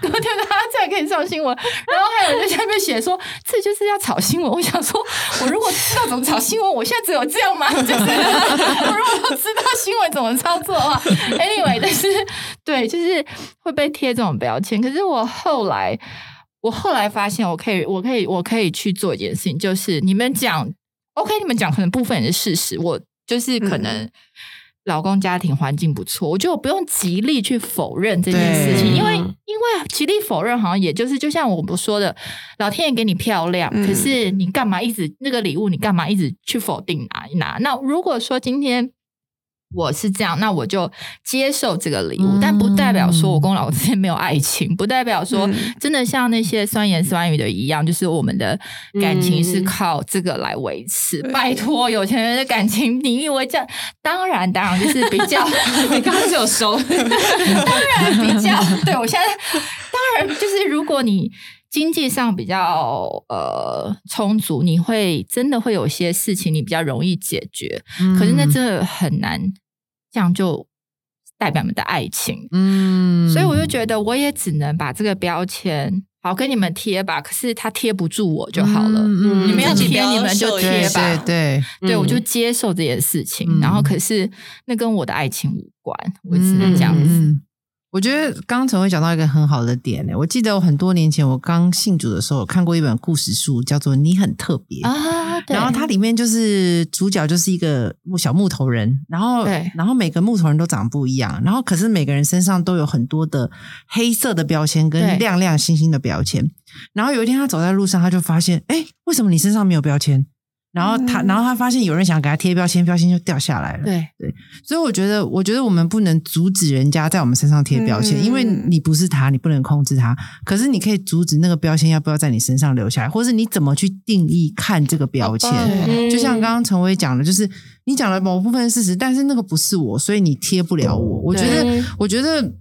Speaker 3: 隔天他这样可以上新新闻，然后还有人在下面写说这就是要炒新闻。我想说，我如果知道怎么炒新闻，我现在只有这样吗？ 就是我如果知道新闻怎么操作的话，anyway，但是对，就是会被贴这种标签。可是我后来，我后来发现，我可以，我可以，我可以去做一件事情，就是你们讲 OK，你们讲可能部分也是事实，我就是可能老公家庭环境不错，我觉得我不用极力去否认这件事情，
Speaker 5: 对
Speaker 3: 因为因为极力否认好像也就是就像我们说的，老天爷给你漂亮，
Speaker 4: 嗯
Speaker 3: 可是你干嘛一直那个礼物你干嘛一直去否定拿一拿？那如果说今天。我是这样，那我就接受这个礼物，
Speaker 2: 嗯
Speaker 3: 但不代表说我跟我老公之间
Speaker 5: 嗯
Speaker 3: 没有爱情，不代表说
Speaker 4: 嗯
Speaker 3: 真的像那些酸言酸语的一样，就是我们的感情
Speaker 5: 嗯
Speaker 3: 是靠这个来维持。
Speaker 4: 对
Speaker 3: 拜托，有钱人的感情，你以为这样？当然，当然就是比较，
Speaker 5: 你刚刚就 有收，
Speaker 3: 当然比较。对我现在，当然就是如果你。经济上比较呃充足，你会真的会有些事情你比较容易解决，
Speaker 2: 嗯
Speaker 3: 可是那真的很难，这样就代表你们的爱情。
Speaker 2: 嗯
Speaker 3: 所以我就觉得，我也只能把这个标签好跟你们贴吧，可是它贴不住我就好了。
Speaker 5: 嗯
Speaker 3: 你们要
Speaker 4: 自己
Speaker 3: 贴，
Speaker 4: 不要
Speaker 3: 你们就
Speaker 4: 受
Speaker 3: 贴
Speaker 2: 对
Speaker 4: 影
Speaker 3: 吧。
Speaker 2: 对对，
Speaker 3: 对
Speaker 5: 嗯
Speaker 3: 我就接受这件事情。
Speaker 2: 嗯
Speaker 3: 然后，可是那跟我的爱情无关，我只能这样子。
Speaker 2: 嗯我觉得刚刚陈慧讲到一个很好的点呢、我记得我很多年前我刚信主的时候，有看过一本故事书，叫做《你很特别》
Speaker 3: 啊，对
Speaker 2: 嗯然后它里面就是主角就是一个木小木头人，然后
Speaker 3: 对
Speaker 2: 然后每个木头人都长不一样，然后可是每个人身上都有很多的黑色的标签
Speaker 3: 对
Speaker 2: 跟亮亮星星的标签。然后有一天他走在路上，他就发现，哎，为什么你身上没有标签？然后
Speaker 3: 嗯
Speaker 2: 他，然后他发现有人想给他贴标签，标签就掉下来了。
Speaker 3: 对
Speaker 2: 所以我觉得，我觉得我们不能阻止人家在我们身上贴标签，
Speaker 4: 嗯
Speaker 2: 因为你不是他，你不能控制他。可是你可以阻止那个标签要不要在你身上留下来，或是你怎么去定义看这个标签。
Speaker 5: 嗯
Speaker 2: 就像刚刚陈薇讲的，就是你讲了某部分事实，但是那个不是我，所以你贴不了我。我觉
Speaker 5: 对
Speaker 2: 得，我觉得。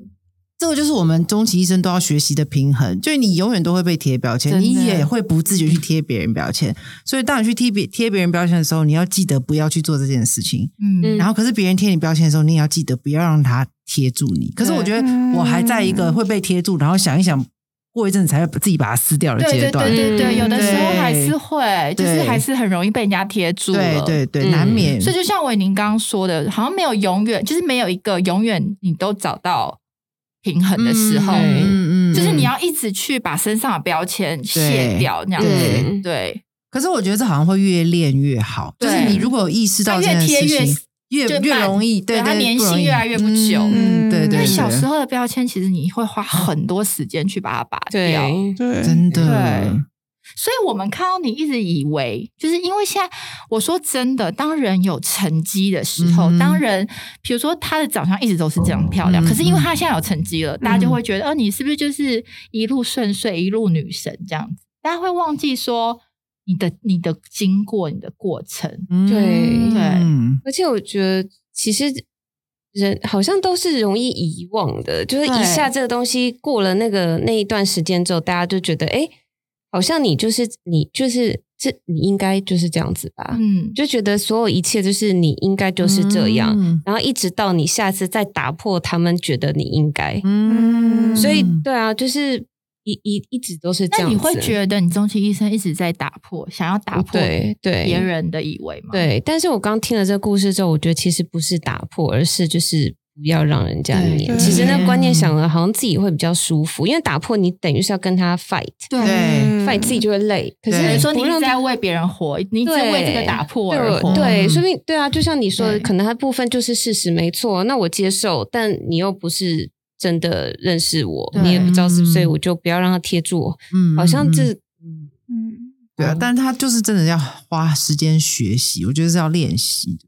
Speaker 2: 这个就是我们终其一生都要学习的平衡，就是你永远都会被贴标签，
Speaker 3: 真的
Speaker 2: 你也会不自觉去贴别人标签。所以，当你去贴别贴别人标签的时候，你要记得不要去做这件事情。
Speaker 3: 嗯
Speaker 5: 嗯
Speaker 2: 然后，可是别人贴你标签的时候，你也要记得不要让他贴住你。可是我觉得我还在一个会被贴住，然后想一想，过一阵子才会自己把它撕掉的
Speaker 3: 对
Speaker 2: 阶
Speaker 3: 对
Speaker 2: 段。
Speaker 3: 对对对，
Speaker 5: 嗯
Speaker 3: 有的时候还是
Speaker 2: 对
Speaker 3: 会，就是
Speaker 2: 对
Speaker 3: 还是很容易被人家贴住了。
Speaker 2: 对对对
Speaker 5: 嗯
Speaker 2: 难免。
Speaker 3: 所以就像维宁刚刚说的，好像没有永远，就是没有一个永远你都找到平衡的时候。
Speaker 5: 嗯对
Speaker 2: 嗯
Speaker 3: 就是你。要一直去把身上的标签卸掉，那样子
Speaker 5: 对
Speaker 3: 对，
Speaker 2: 可是我觉得这好像会越练越好，就
Speaker 3: 对
Speaker 2: 是你如果有意识到
Speaker 3: 它
Speaker 2: 这件
Speaker 3: 越贴
Speaker 2: 事
Speaker 3: 越
Speaker 2: 情，越
Speaker 3: 就
Speaker 2: 越
Speaker 3: 慢
Speaker 2: 容易，对
Speaker 3: 对它
Speaker 2: 对，
Speaker 3: 粘性
Speaker 2: 容易
Speaker 3: 越来越不久
Speaker 2: 嗯，对
Speaker 4: 嗯
Speaker 2: 对
Speaker 3: 因
Speaker 2: 对，
Speaker 3: 为小时候的标签，其实你会花很多时间去把它拔掉。
Speaker 5: 对，
Speaker 4: 对，
Speaker 2: 真
Speaker 3: 对
Speaker 2: 的，
Speaker 3: 所以我们看到你一直以为，就是因为现在我说真的，当人有成绩的时候，
Speaker 2: 嗯哼
Speaker 3: 当人比如说她的长相一直都是这样漂亮，
Speaker 2: 嗯
Speaker 3: 可是因为她现在有成绩了，大家
Speaker 5: 嗯
Speaker 3: 就会觉得，哦、你是不是就是一路顺遂，一路女神这样子？大家会忘记说你的你的经过，你的过程。
Speaker 2: 嗯
Speaker 5: 对
Speaker 3: 对
Speaker 2: 嗯
Speaker 5: 而且我觉得其实人好像都是容易遗忘的，就是
Speaker 3: 对
Speaker 5: 一下这个东西过了那个那一段时间之后，大家就觉得哎，诶好像你就是你就是这你应该就是这样子吧，
Speaker 3: 嗯，
Speaker 5: 啊就觉得所有一切就是你应该就是这样，
Speaker 2: 嗯
Speaker 5: 然后一直到你下次再打破他们觉得你应该，
Speaker 2: 嗯
Speaker 5: 所以对啊，就是一一一直都是这
Speaker 3: 那
Speaker 5: 样子，哦
Speaker 3: 你会觉得你终其一生一直在打破，想要打破
Speaker 5: 对对
Speaker 3: 别人的以为吗？，
Speaker 5: 对，但是我刚听了这个故事之后，我觉得其实不是打破，而是就是不要让人家
Speaker 2: 对
Speaker 5: 念。
Speaker 4: 对
Speaker 5: 其实那观念想了，好像自己会比较舒服，因为打破你等于是要跟他 fight，
Speaker 2: 对，
Speaker 3: 嗯
Speaker 5: fight 自己就会累。可
Speaker 3: 比
Speaker 5: 是
Speaker 3: 如说你一
Speaker 5: 不
Speaker 3: 直
Speaker 5: 让
Speaker 3: 在为别人活，你一直
Speaker 5: 对
Speaker 3: 为这个打破
Speaker 5: 对
Speaker 3: 而活。
Speaker 5: 我对，
Speaker 2: 嗯
Speaker 5: 说明对啊，就像你说
Speaker 3: 对
Speaker 5: 的，可能他部分就是事实没错，那我接受，但你又不是真的认识我，
Speaker 3: 对
Speaker 5: 你也不知道是，
Speaker 2: 嗯
Speaker 5: 所以我就不要让他贴住我。
Speaker 2: 嗯
Speaker 5: 好像
Speaker 2: 嗯
Speaker 5: 这
Speaker 4: 嗯，
Speaker 2: 对啊，但是他就是真的要花时间学习，我觉得是要练习的。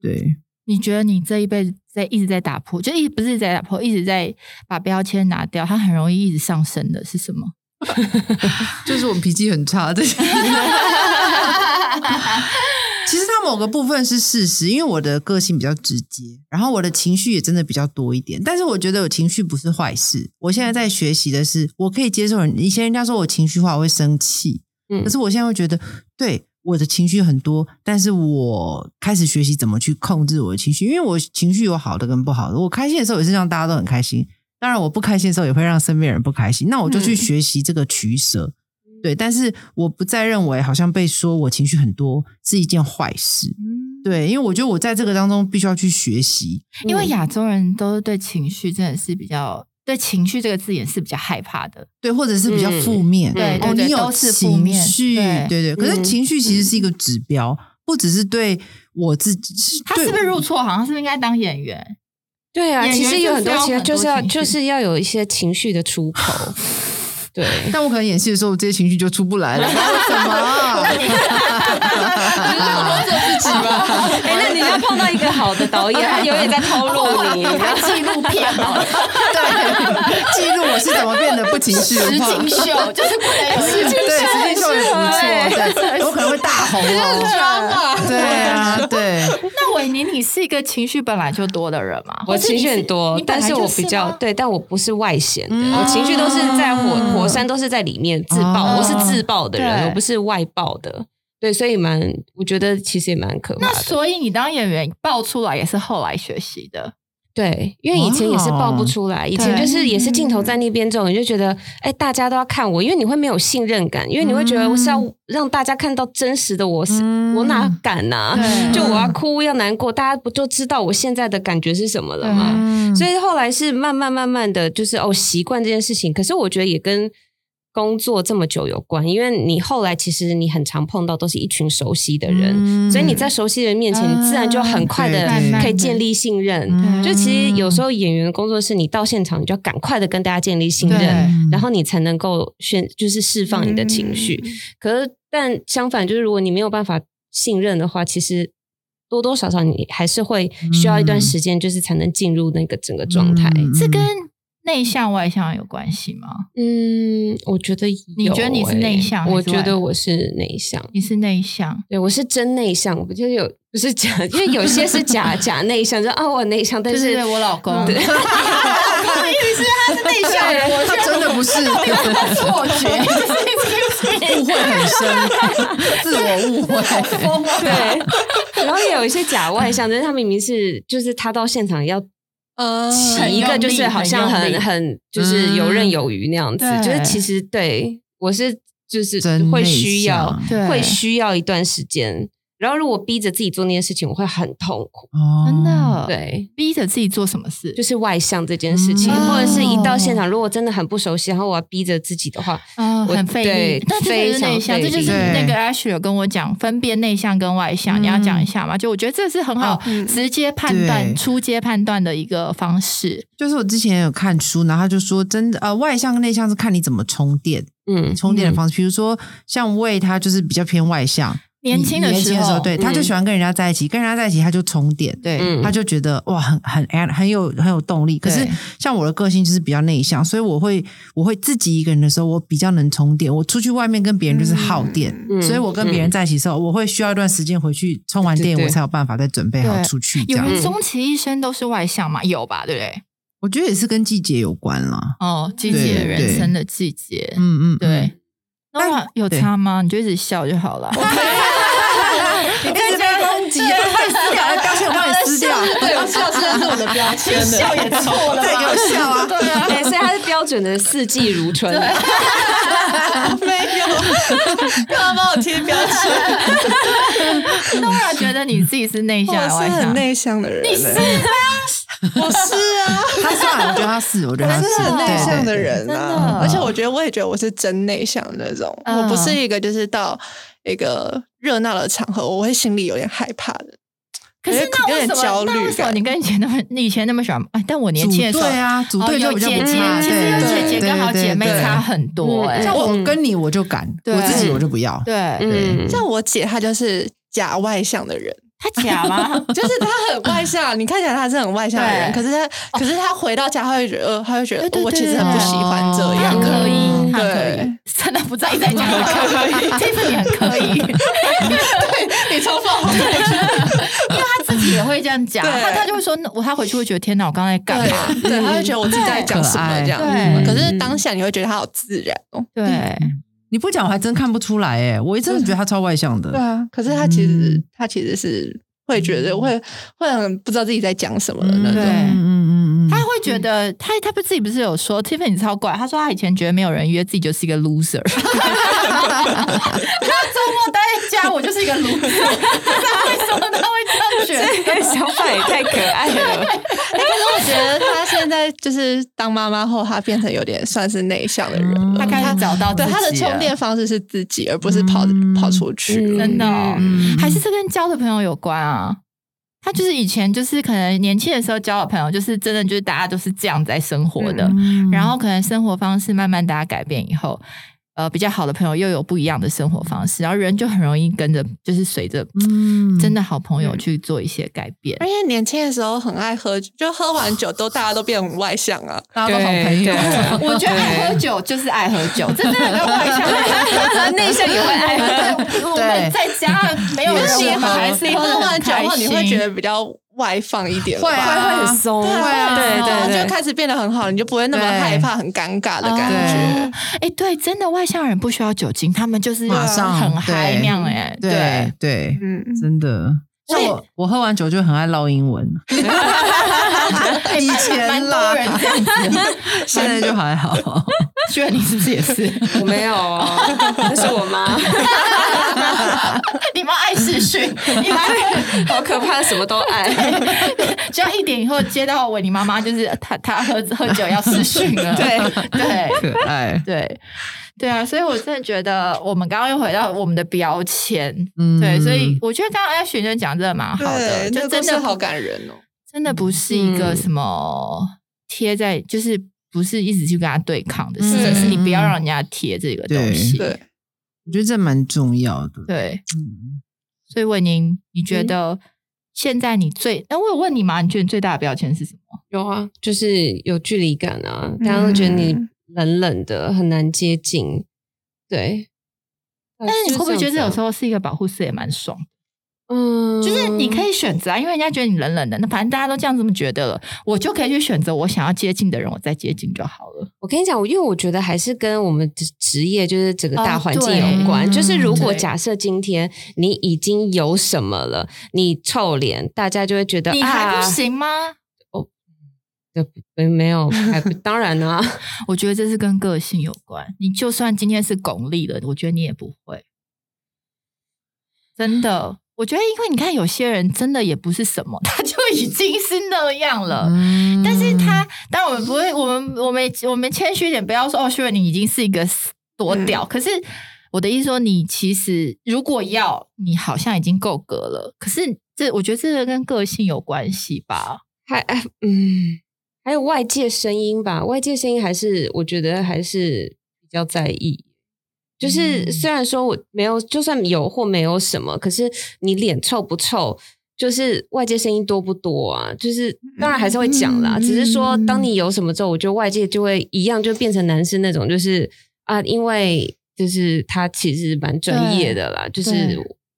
Speaker 2: 对，
Speaker 3: 你觉得你这一辈子在一直在打破，就一直不是在打破，一直在把标签拿掉，它很容易一直上升的是什么？
Speaker 2: 就是我们脾气很差 这些。其实它某个部分是事实，因为我的个性比较直接，然后我的情绪也真的比较多一点。但是我觉得我情绪不是坏事。我现在在学习的是，我可以接受人。以前人家说我情绪化，我会生气，
Speaker 5: 嗯
Speaker 2: 可是我现在会觉得，对我的情绪很多，但是我开始学习怎么去控制我的情绪，因为我情绪有好的跟不好的。我开心的时候也是让大家都很开心，当然，我不开心的时候也会让身边人不开心，那我就去
Speaker 5: 嗯
Speaker 2: 学习这个取舍。对，但是我不再认为好像被说我情绪很多是一件坏事。对，因为我觉得我在这个当中必须要去学习。
Speaker 3: 因为亚洲人都对情绪真的是比较对情绪这个字眼是比较害怕的，
Speaker 2: 对，或者是比较负面，
Speaker 5: 嗯对
Speaker 2: 哦，
Speaker 3: 对对
Speaker 2: 你有
Speaker 3: 都是负面
Speaker 2: 情绪，
Speaker 3: 对
Speaker 2: 对对。可是
Speaker 5: 嗯
Speaker 2: 情绪其实是一个指标，不只是对我自己，
Speaker 3: 他是不
Speaker 2: 对
Speaker 3: 是入错行？他是不是应该当演员？
Speaker 5: 对啊，
Speaker 3: 演员
Speaker 5: 其实有很多
Speaker 3: 就是要
Speaker 5: 其实
Speaker 3: 很多
Speaker 5: 就是要
Speaker 3: 情绪
Speaker 5: 就是要有一些情绪的 出口。对，
Speaker 2: 但我可能演戏的时候，这些情绪就出不来 了。什么？
Speaker 5: 哎、那你要碰到一个好的导 演，他永远在透露你，然后
Speaker 3: 纪录片哦好了，
Speaker 2: 对，记录我是怎么变得不情绪
Speaker 3: 实
Speaker 2: 化。
Speaker 3: 景秀就是不能
Speaker 2: 对，
Speaker 3: 有
Speaker 2: 啊实境秀也不错，对，我可能会大红哦。 对啊，对，
Speaker 3: 那伟宁，你是一个情绪本来就多的人吗？
Speaker 5: 我
Speaker 3: 或是
Speaker 5: 哦情
Speaker 3: 你
Speaker 5: 绪
Speaker 3: 是
Speaker 5: 很多
Speaker 3: 你，本
Speaker 5: 但
Speaker 3: 来
Speaker 5: 是
Speaker 3: 就
Speaker 5: 我
Speaker 3: 是
Speaker 5: 比较
Speaker 3: 吗
Speaker 5: 对，但我不是外显的，
Speaker 2: 嗯
Speaker 5: 我情绪都是在火
Speaker 2: 嗯
Speaker 5: 火山都是在里面自
Speaker 2: 哦
Speaker 5: 爆，我是自爆的人，
Speaker 3: 对
Speaker 5: 我不是外爆的。对，所以蛮，我觉得其实也蛮可怕
Speaker 3: 那
Speaker 5: 的。
Speaker 3: 所以你当演员爆出来也是后来学习的，
Speaker 5: 对，因为以前也是爆不
Speaker 2: 哦
Speaker 5: 出来，以前就是
Speaker 2: 嗯
Speaker 5: 也是镜头在那边之后，你就觉得，哎，大家都要看我，因为你会没有信任感，因为你会觉得我是要让大家看到真实的我是，
Speaker 2: 嗯
Speaker 5: 我哪敢呐、
Speaker 3: 对
Speaker 5: 就我要哭要难过，大家不就知道我现在的感觉是什么了吗？
Speaker 2: 嗯
Speaker 5: 所以后来是慢慢慢慢的就是哦习惯这件事情，可是我觉得也跟工作这么久有关，因为你后来其实你很常碰到都是一群熟悉的人，
Speaker 2: 嗯
Speaker 5: 所以你在熟悉的人面前，
Speaker 2: 嗯
Speaker 5: 你自然就很快的
Speaker 2: 对对
Speaker 5: 可以建立信任。
Speaker 2: 嗯
Speaker 5: 就其实有时候演员的工作是你到现场，你就要赶快的跟大家建立信
Speaker 3: 对
Speaker 5: 任，
Speaker 2: 嗯
Speaker 5: 然后你才能够宣就是释放你的情绪。
Speaker 4: 嗯
Speaker 5: 可是，但相反，就是如果你没有办法信任的话，其实多多少少你还是会需要一
Speaker 3: 嗯
Speaker 5: 段时间，就是才能进入那个整个状态。
Speaker 2: 嗯
Speaker 3: 这跟内向外向有关系吗？
Speaker 5: 嗯，我觉得有欸、
Speaker 3: 你觉得你是内向还是
Speaker 5: 我
Speaker 3: 外向
Speaker 5: 觉得我是内向。
Speaker 3: 你是内向，
Speaker 5: 对，我是真内向，我不就是有不是假，因为有些是假 假内向，就啊我很内向，但
Speaker 3: 对
Speaker 5: 是
Speaker 3: 嗯对对，我老公，
Speaker 5: 对
Speaker 3: 他是 内向人，我
Speaker 2: 他真的 不是
Speaker 3: 错觉，
Speaker 2: 误会很 深，自我误会。
Speaker 5: 对，然后也有一些假外向，但是他明明是就是他到现场要
Speaker 4: 嗯，
Speaker 5: 起一个就是好像
Speaker 3: 很用力
Speaker 5: 很很就是游刃有余那样子，
Speaker 3: 嗯
Speaker 5: 就是其实对我是就是
Speaker 2: 真
Speaker 5: 会
Speaker 2: 内
Speaker 5: 需要
Speaker 2: 向
Speaker 3: 对
Speaker 5: 会需要一段时间，然后如果逼着自己做那件事情，我会很痛苦。
Speaker 2: 哦
Speaker 3: 真的
Speaker 5: 对，
Speaker 3: 逼着自己做什么事，
Speaker 5: 就是外向这件事情，
Speaker 2: 嗯
Speaker 5: 或者是一到现场，如果真的很不熟悉，然后我要逼着自己的话，
Speaker 3: 啊，
Speaker 5: 我
Speaker 3: 很费
Speaker 5: 对
Speaker 3: 力，但这个
Speaker 5: 非
Speaker 3: 是
Speaker 5: 常
Speaker 3: 内向，这
Speaker 5: 费力嗯
Speaker 3: 就是
Speaker 2: 对
Speaker 3: 那个 Ash 有跟我讲分辨内向跟外向，你要讲一下嘛？就我觉得这是很好
Speaker 2: 哦
Speaker 3: 直接判
Speaker 2: 对
Speaker 3: 断、初阶判断的一个方式。
Speaker 2: 就是我之前有看书，然后他就说，真的，呃，外向跟内向是看你怎么充电，
Speaker 5: 嗯，
Speaker 2: 充电的方式。比如说像魏，他就是比较偏外向，
Speaker 3: 年轻的
Speaker 2: 年轻
Speaker 3: 时
Speaker 2: 的时候，
Speaker 3: 候，
Speaker 2: 对，他就喜欢跟人家在一起，跟人家在一起他就充电，
Speaker 3: 对
Speaker 5: 嗯
Speaker 2: 他就觉得哇，很很很有很有动力。可是
Speaker 3: 对
Speaker 2: 像我的个性就是比较内向，所以我会我会自己一个人的时候，我比较能充电。我出去外面跟别人就是耗电，
Speaker 5: 嗯
Speaker 2: 所以我跟别人在一起的时候，我会需要一段时间回去充完电，
Speaker 5: 对对
Speaker 2: 我才有办法再准备好
Speaker 3: 对
Speaker 2: 出去。这
Speaker 3: 有
Speaker 2: 样，
Speaker 3: 人终其一生都是外向嘛？有吧？对不对？
Speaker 2: 我觉得也是跟季节有关啦。
Speaker 3: 哦，季
Speaker 2: 对
Speaker 3: 节，
Speaker 2: 对
Speaker 3: 人生的季节，
Speaker 2: 嗯嗯，嗯。
Speaker 3: 对。那
Speaker 2: 但
Speaker 3: 我有
Speaker 2: 对
Speaker 3: 差吗？你就一直笑就好了。
Speaker 2: 你在哎这边攻击，快撕掉，标签我帮你撕掉，
Speaker 4: 对，我笑虽然是我的标签的， 笑也错了，
Speaker 2: 再给我笑啊！
Speaker 5: 对啊，所以他是标准的四季如春。
Speaker 4: 没有， 干嘛帮我贴标签？
Speaker 3: 那我觉得你自己是内向还
Speaker 4: 我
Speaker 3: 外
Speaker 4: 是
Speaker 3: 向
Speaker 4: 很，内向的人，哎你是我是啊，
Speaker 2: 他算了，我觉得他是，我觉得他
Speaker 4: 我是很内
Speaker 2: 对
Speaker 4: 向的
Speaker 2: 对
Speaker 4: 人
Speaker 3: 真
Speaker 4: 啊
Speaker 3: 的，
Speaker 4: 而且我觉得我也觉得我是真内向的那种，
Speaker 3: 嗯
Speaker 4: 我不是一个就是到一个热闹的场合，我会心里有点害怕的。
Speaker 3: 可是那
Speaker 4: 有
Speaker 3: 为
Speaker 4: 点
Speaker 3: 什
Speaker 4: 焦
Speaker 3: 么？
Speaker 4: 虑
Speaker 3: 那为什么
Speaker 4: 感
Speaker 3: 你跟以前那么，你以前那么喜欢？哎，但我年
Speaker 2: 组
Speaker 3: 轻的时候哦
Speaker 2: 队啊，组队就
Speaker 3: 有
Speaker 2: 比较
Speaker 3: 姐
Speaker 2: 不
Speaker 3: 姐
Speaker 2: 怕，，
Speaker 3: 其实有
Speaker 2: 对
Speaker 3: 姐姐跟好姐妹差。很多、
Speaker 5: 对
Speaker 2: 对对
Speaker 3: 欸，
Speaker 5: 对
Speaker 2: 对像
Speaker 3: 像我
Speaker 2: 我跟你我就敢，
Speaker 3: 对
Speaker 2: 我自己我就不要。
Speaker 3: 对
Speaker 5: 嗯，
Speaker 4: 像我姐她就是假外向的人，
Speaker 3: 她假吗？
Speaker 4: 就是她很外 向，你看起来她是很外向的人，
Speaker 3: 对哦
Speaker 4: 可是她可是她回到家，她会觉得，呃她会觉
Speaker 3: 对
Speaker 4: 得
Speaker 3: 对
Speaker 4: 我
Speaker 3: 对
Speaker 4: 其实很不喜欢这
Speaker 3: 她很。
Speaker 4: 样
Speaker 3: 可以，她很可以
Speaker 4: 对，
Speaker 3: 真的不在意在讲可以，Tiffany 很可以，
Speaker 4: 你超放不开
Speaker 3: 她自己也会这样讲，
Speaker 4: 对
Speaker 3: 她她就会说，我她回去会觉得天哪，我刚才干嘛？
Speaker 4: 对，对，她会觉得我自己在讲什么这样
Speaker 3: 可爱。对
Speaker 4: 可是当下你会觉得她好自然哦。
Speaker 3: 对，
Speaker 2: 你不讲我还真看不出来哎，我真的觉得他超外向
Speaker 4: 对
Speaker 2: 的。
Speaker 4: 啊，可是他其实、
Speaker 2: 嗯
Speaker 4: 他其实是会觉得会会很不知道自己在讲什么的那
Speaker 2: 嗯
Speaker 4: 种。
Speaker 3: 对
Speaker 2: 嗯嗯嗯嗯
Speaker 3: 他会觉得他他不自己不是有说 Tiffany 你超怪，他说他以前觉得没有人约自己就是一个 loser，他 周末待在家我就是一个 loser，不知道为什么他会这样觉
Speaker 5: 这个
Speaker 3: 得。
Speaker 5: 想法也太可爱了。
Speaker 4: 我觉得他现在就是当妈妈后，他变成有点算是内向的人，
Speaker 2: 嗯
Speaker 3: 他开始找到自
Speaker 4: 对
Speaker 3: 己
Speaker 4: 他的充
Speaker 3: 了
Speaker 4: 电方式是自己，而不是跑、
Speaker 2: 嗯
Speaker 4: 跑出去。
Speaker 3: 真的哦、
Speaker 2: 嗯
Speaker 3: 还是这跟交的朋友有关啊。他就是以前就是可能年轻的时候交的朋友，就是真的就是大家都是这样在生活的，
Speaker 2: 嗯
Speaker 3: 然后可能生活方式慢慢大家改变以后，呃，比较好的朋友又有不一样的生活方式，然后人就很容易跟着就是随着
Speaker 2: 嗯
Speaker 3: 真的好朋友去做一些改变。
Speaker 4: 而且年轻的时候很爱喝，就喝完酒都大家都变很外向啊。
Speaker 2: 大家都好朋友
Speaker 5: 对，对
Speaker 3: 我觉得爱喝酒就是爱喝酒，这真的跟外向内向也会爱喝。我们在家没有人
Speaker 2: 也是
Speaker 3: 啊我还是
Speaker 4: 你喝完酒后，你会觉
Speaker 3: 得
Speaker 4: 得比较外放一点 吧，
Speaker 2: 会啊
Speaker 5: 会很松，
Speaker 4: 对啊，
Speaker 5: 对
Speaker 4: 然后
Speaker 5: 对
Speaker 4: 就开始变得很好，你就不会那么
Speaker 2: 对
Speaker 4: 害怕、很尴尬的感觉。
Speaker 3: 哦哎，对，真的外向人不需要酒精，他们就是
Speaker 2: 马上
Speaker 3: 很嗨
Speaker 2: 对
Speaker 3: 那样哎，
Speaker 2: 对对，
Speaker 4: 嗯，
Speaker 2: 真的。
Speaker 3: 所
Speaker 2: 像
Speaker 3: 以
Speaker 2: 我，我喝完酒就很爱唠英 文，
Speaker 3: 哎
Speaker 2: 以
Speaker 3: 蛮
Speaker 2: 前
Speaker 3: 蛮
Speaker 2: 啦
Speaker 3: 多人这样子，
Speaker 2: 现在就还 好。
Speaker 3: 居然你是不是也是？
Speaker 5: 对，我没有哦，那是我 妈，
Speaker 3: 你们爱视讯，你们
Speaker 5: 好可怕，什么都爱。
Speaker 3: 只要一点以后接到我，你妈妈就是她她喝喝酒要视讯了，对 对，
Speaker 2: 可爱，
Speaker 3: 对，对啊，所以我真的觉得我们刚刚又回到我们的标签，
Speaker 2: 嗯
Speaker 3: 对，所以我觉得刚刚学生讲真的蛮好的，
Speaker 4: 对，
Speaker 3: 就
Speaker 4: 那
Speaker 3: 真
Speaker 4: 真
Speaker 3: 的
Speaker 4: 的
Speaker 3: 不
Speaker 4: 好，感人哦。
Speaker 3: 真的不是一个
Speaker 5: 嗯
Speaker 3: 什么贴在，就是不是一直去跟他对抗的事情，
Speaker 4: 嗯
Speaker 3: 是你不要让人家贴这个东西，
Speaker 4: 对，
Speaker 2: 我觉得这蛮重要的。
Speaker 3: 对
Speaker 2: 嗯
Speaker 3: 所以问您，你觉得现在你最，那我有问你嘛？你觉得你最大的标签是什么？
Speaker 5: 有啊，就是有距离感啊，
Speaker 3: 嗯
Speaker 5: 大家都觉得你冷冷的，很难接近。对，但
Speaker 3: 但哦是你会不会觉得这有啊时
Speaker 5: 候，
Speaker 3: 候是一个保护色也蛮爽的？
Speaker 5: 嗯，
Speaker 3: 就是你可以选择啊，因为人家觉得你冷冷的，那反正大家都这样这么觉得了，我就可以去选择我想要接近的人，我再接近就好了。
Speaker 5: 我跟你讲，我因为我觉得还是跟我们的职业，就是整个大环境有关。
Speaker 2: 哦对
Speaker 5: 就是如果
Speaker 3: 嗯对
Speaker 5: 假设今天你已经有什么了，你臭脸，大家就会觉得
Speaker 3: 你还
Speaker 5: 啊
Speaker 3: 不，行吗？
Speaker 5: 没没有，还不当然啊，
Speaker 3: 我觉得这是跟个性有关。你就算今天是巩俐了，我觉得你也不会。真的，我觉得因为你看有些人真的也不是什么，他就已经是那样了。
Speaker 2: 嗯
Speaker 3: 但是他，但我们不会，我们我们我们谦虚一点，不要说哦，薛你已经是一个多屌。
Speaker 5: 嗯
Speaker 3: 可是我的意思说，你其实如果要，你好像已经够格了。可是这，我觉得这个跟个性有关系吧。
Speaker 5: 还哎嗯，还有外界声音吧，外界声音还是我觉得还是比较在意。就是
Speaker 3: 嗯
Speaker 5: 虽然说我没有，就算有或没有什么，可是你脸臭不臭，就是外界声音多不多啊？就是当然还是会讲啦，
Speaker 2: 嗯
Speaker 5: 只是说当你有什么之后，我觉得外界就会一样就变成男生那种，就是啊，因为就是他其实蛮专业的啦，就是
Speaker 3: 对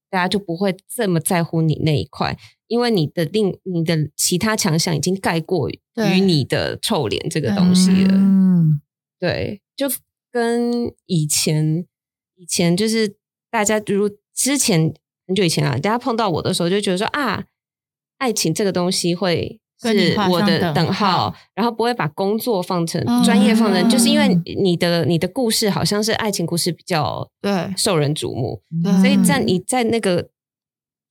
Speaker 5: 大家就不会这么在乎你那一块，因为你的另你的其他强项已经盖过
Speaker 3: 对
Speaker 5: 于你的臭脸这个东西了。
Speaker 2: 嗯
Speaker 5: 对，就跟以前以前就是大家如之前很久以前啊，大家碰到我的时候就觉得说啊，爱情这个东西会。
Speaker 3: 跟你
Speaker 5: 是
Speaker 3: 画
Speaker 5: 我
Speaker 3: 上
Speaker 5: 的
Speaker 3: 等
Speaker 5: 等
Speaker 3: 号
Speaker 5: 号，然后不会把工作放成
Speaker 3: 嗯
Speaker 5: 专业放成，就是因为
Speaker 3: 嗯
Speaker 5: 你的你的故事好像是爱情故事比较
Speaker 3: 对
Speaker 5: 受人瞩目，
Speaker 3: 对
Speaker 5: 所以在
Speaker 3: 嗯
Speaker 5: 你在那个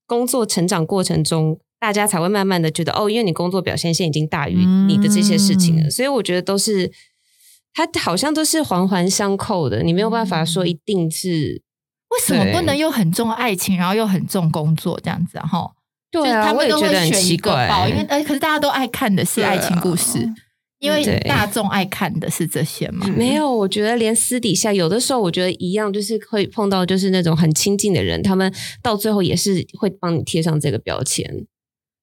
Speaker 5: 工作成长过程中，大家才会慢慢的觉得哦，因为你工作表现线已经大于你的这些事情了，
Speaker 2: 嗯
Speaker 5: 所以我觉得都是它好像都是环环相扣的，你没有办法说一定是。
Speaker 3: 为什么
Speaker 5: 对
Speaker 3: 不能又很重爱情，然后又很重工作这样子、啊？哈，
Speaker 5: 对
Speaker 3: 就是
Speaker 5: 啊，
Speaker 3: 他
Speaker 5: 我
Speaker 3: 们
Speaker 5: 也
Speaker 3: 都
Speaker 5: 觉
Speaker 3: 会
Speaker 5: 得很
Speaker 3: 选
Speaker 5: 奇
Speaker 3: 一个
Speaker 5: 怪，嗯
Speaker 3: 包，因为呃，可是大家都爱看的是
Speaker 4: 对啊
Speaker 3: 爱情故事，因为
Speaker 5: 对
Speaker 3: 大众爱看的是这些嘛。
Speaker 5: 没有，我觉得连私底下有的时候，我觉得一样，就是会碰到就是那种很亲近的人，他们到最后也是会帮你贴上这个标签，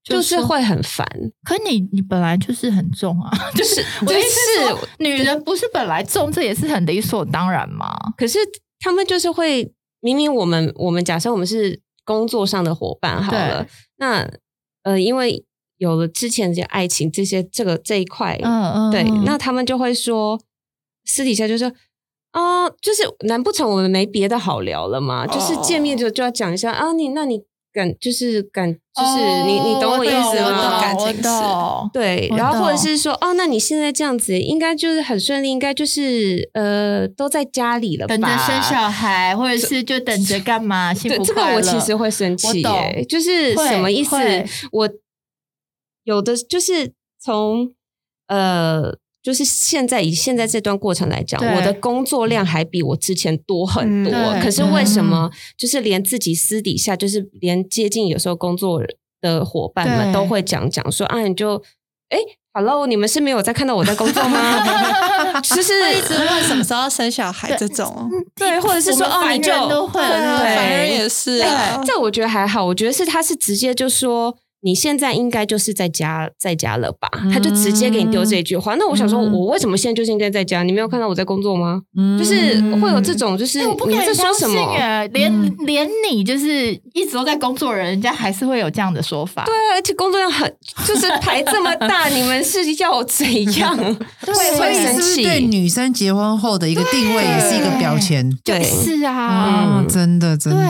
Speaker 3: 就
Speaker 5: 就是是会很烦。
Speaker 3: 可你你本来就是很重啊， 就是我的意思是说，女人不是本来重，这也是很理所当然嘛。
Speaker 5: 可是他们就是会，明明我们我们假设我们是工作上的伙伴好了
Speaker 3: 对，
Speaker 5: 那呃，因为有了之前的爱情这些这个这一块，
Speaker 3: 嗯嗯，
Speaker 5: 对，
Speaker 3: 嗯
Speaker 5: 那他们就会说私底下就说。
Speaker 3: 哦
Speaker 5: 啊、就是难不成我们没别的好聊了吗？就是见面就就要讲一下啊，你那你感就是感就是你你懂我意思
Speaker 4: 我懂
Speaker 5: 吗？
Speaker 3: 哦
Speaker 4: 感
Speaker 3: 我
Speaker 4: 情史
Speaker 3: 懂，
Speaker 5: 对，
Speaker 3: 我
Speaker 5: 然后或者
Speaker 3: 懂
Speaker 5: 是说，哦，那你现在这样子，应该就是很顺利，应该就是呃，都在家里了吧？
Speaker 3: 等着生小孩，或者是就等着干嘛？幸
Speaker 5: 对，
Speaker 3: 福
Speaker 5: 这个
Speaker 3: 快
Speaker 5: 我
Speaker 3: 乐
Speaker 5: 其实会生气、
Speaker 3: 我懂
Speaker 5: 耶，就是
Speaker 3: 会
Speaker 5: 什么意思
Speaker 3: 会？
Speaker 5: 我有的就是从呃，就是现在以现在这段过程来讲，
Speaker 3: 对
Speaker 5: 我的工作量还比我之前多很多。
Speaker 3: 嗯对
Speaker 5: 可是为什么就是连自己私底下，就是连接近有时候工作的伙伴们
Speaker 3: 对
Speaker 5: 都会讲讲说啊，你就哎。Hello，你们是没有在看到我在工作吗？ 就是
Speaker 4: 一直问什么时候要生小孩这种，哦
Speaker 5: 对，或者是说
Speaker 3: 我们
Speaker 5: 哦，
Speaker 3: 凡
Speaker 5: 你就
Speaker 3: 人都会
Speaker 4: 嗯对啊，
Speaker 5: 对
Speaker 4: 反正也是啊，
Speaker 5: 这我觉得还好，我觉得是他是直接就说你现在应该就是在家在家了吧，
Speaker 3: 嗯
Speaker 5: 他就直接给你丢这一句话。那我想说，
Speaker 2: 嗯
Speaker 5: 我为什么现在就是应该在家？你没有看到我在工作吗？
Speaker 2: 嗯
Speaker 5: 就是会有这种，就是、
Speaker 3: 哎我不
Speaker 5: 你
Speaker 3: 敢
Speaker 5: 们在说什么？嗯
Speaker 3: 哎，连连你就是一直都在工作的人，人家还是会有这样的说法。
Speaker 5: 对啊，而且工作量很，就是排这么大，你们是要我怎 样？会
Speaker 2: 所
Speaker 5: 会
Speaker 2: 以是
Speaker 5: 生
Speaker 2: 不是对
Speaker 5: 气，
Speaker 2: 女生结婚后的一个定位，也是一个标签
Speaker 5: 对
Speaker 3: 是啊。
Speaker 2: 啊
Speaker 5: 嗯！
Speaker 2: 真的，真的，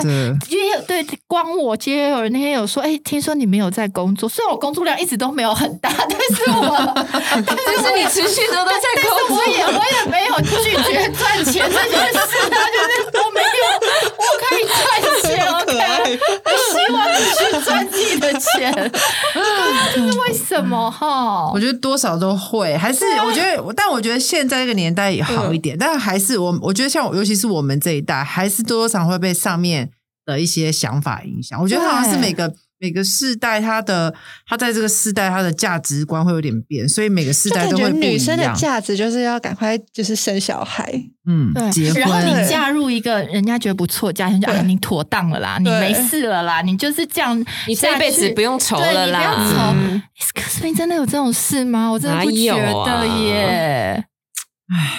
Speaker 3: 因为对，光我也有人那天有说，哎、听说你没有在工作，虽然我工作量一直都没有很大，但是我，
Speaker 5: 但是你持续的都 在工作
Speaker 3: 我。也我也没有拒绝赚钱这件事啊，就是我没有，我可以赚钱
Speaker 4: 好可爱
Speaker 3: ，OK，我希望你去赚自己的钱， 对啊，这是为什么哈？
Speaker 2: 我觉得多少都会，还是
Speaker 3: 啊
Speaker 2: 我觉得，但我觉得现在这个年代也好一
Speaker 3: 嗯
Speaker 2: 点，但还是我，我觉得像我，尤其是我们这一代，还是多多少少会被上面的一些想法影响。我觉得好像是
Speaker 3: 对
Speaker 2: 每个每个世代，他的他在这个世代，他的价值观会有点变，所以每个世
Speaker 4: 就
Speaker 2: 代
Speaker 4: 感
Speaker 2: 都
Speaker 4: 觉
Speaker 2: 会不
Speaker 4: 女
Speaker 2: 一
Speaker 4: 生的
Speaker 2: 样。
Speaker 4: 价值就是要赶快就是生小孩，
Speaker 2: 嗯，结
Speaker 3: 然后
Speaker 2: 婚
Speaker 3: 你嫁入一个人家觉得不错的家庭，就啊，
Speaker 4: 对
Speaker 3: 你妥当了啦，你
Speaker 4: 对
Speaker 3: 没事了啦，你就是这样下去，
Speaker 5: 你这辈子不用愁
Speaker 3: 对
Speaker 5: 了啦
Speaker 3: 你不要愁。
Speaker 5: 嗯
Speaker 3: Excuse me，真的有这种事吗？我真的不觉
Speaker 5: 哪有啊
Speaker 3: 得耶。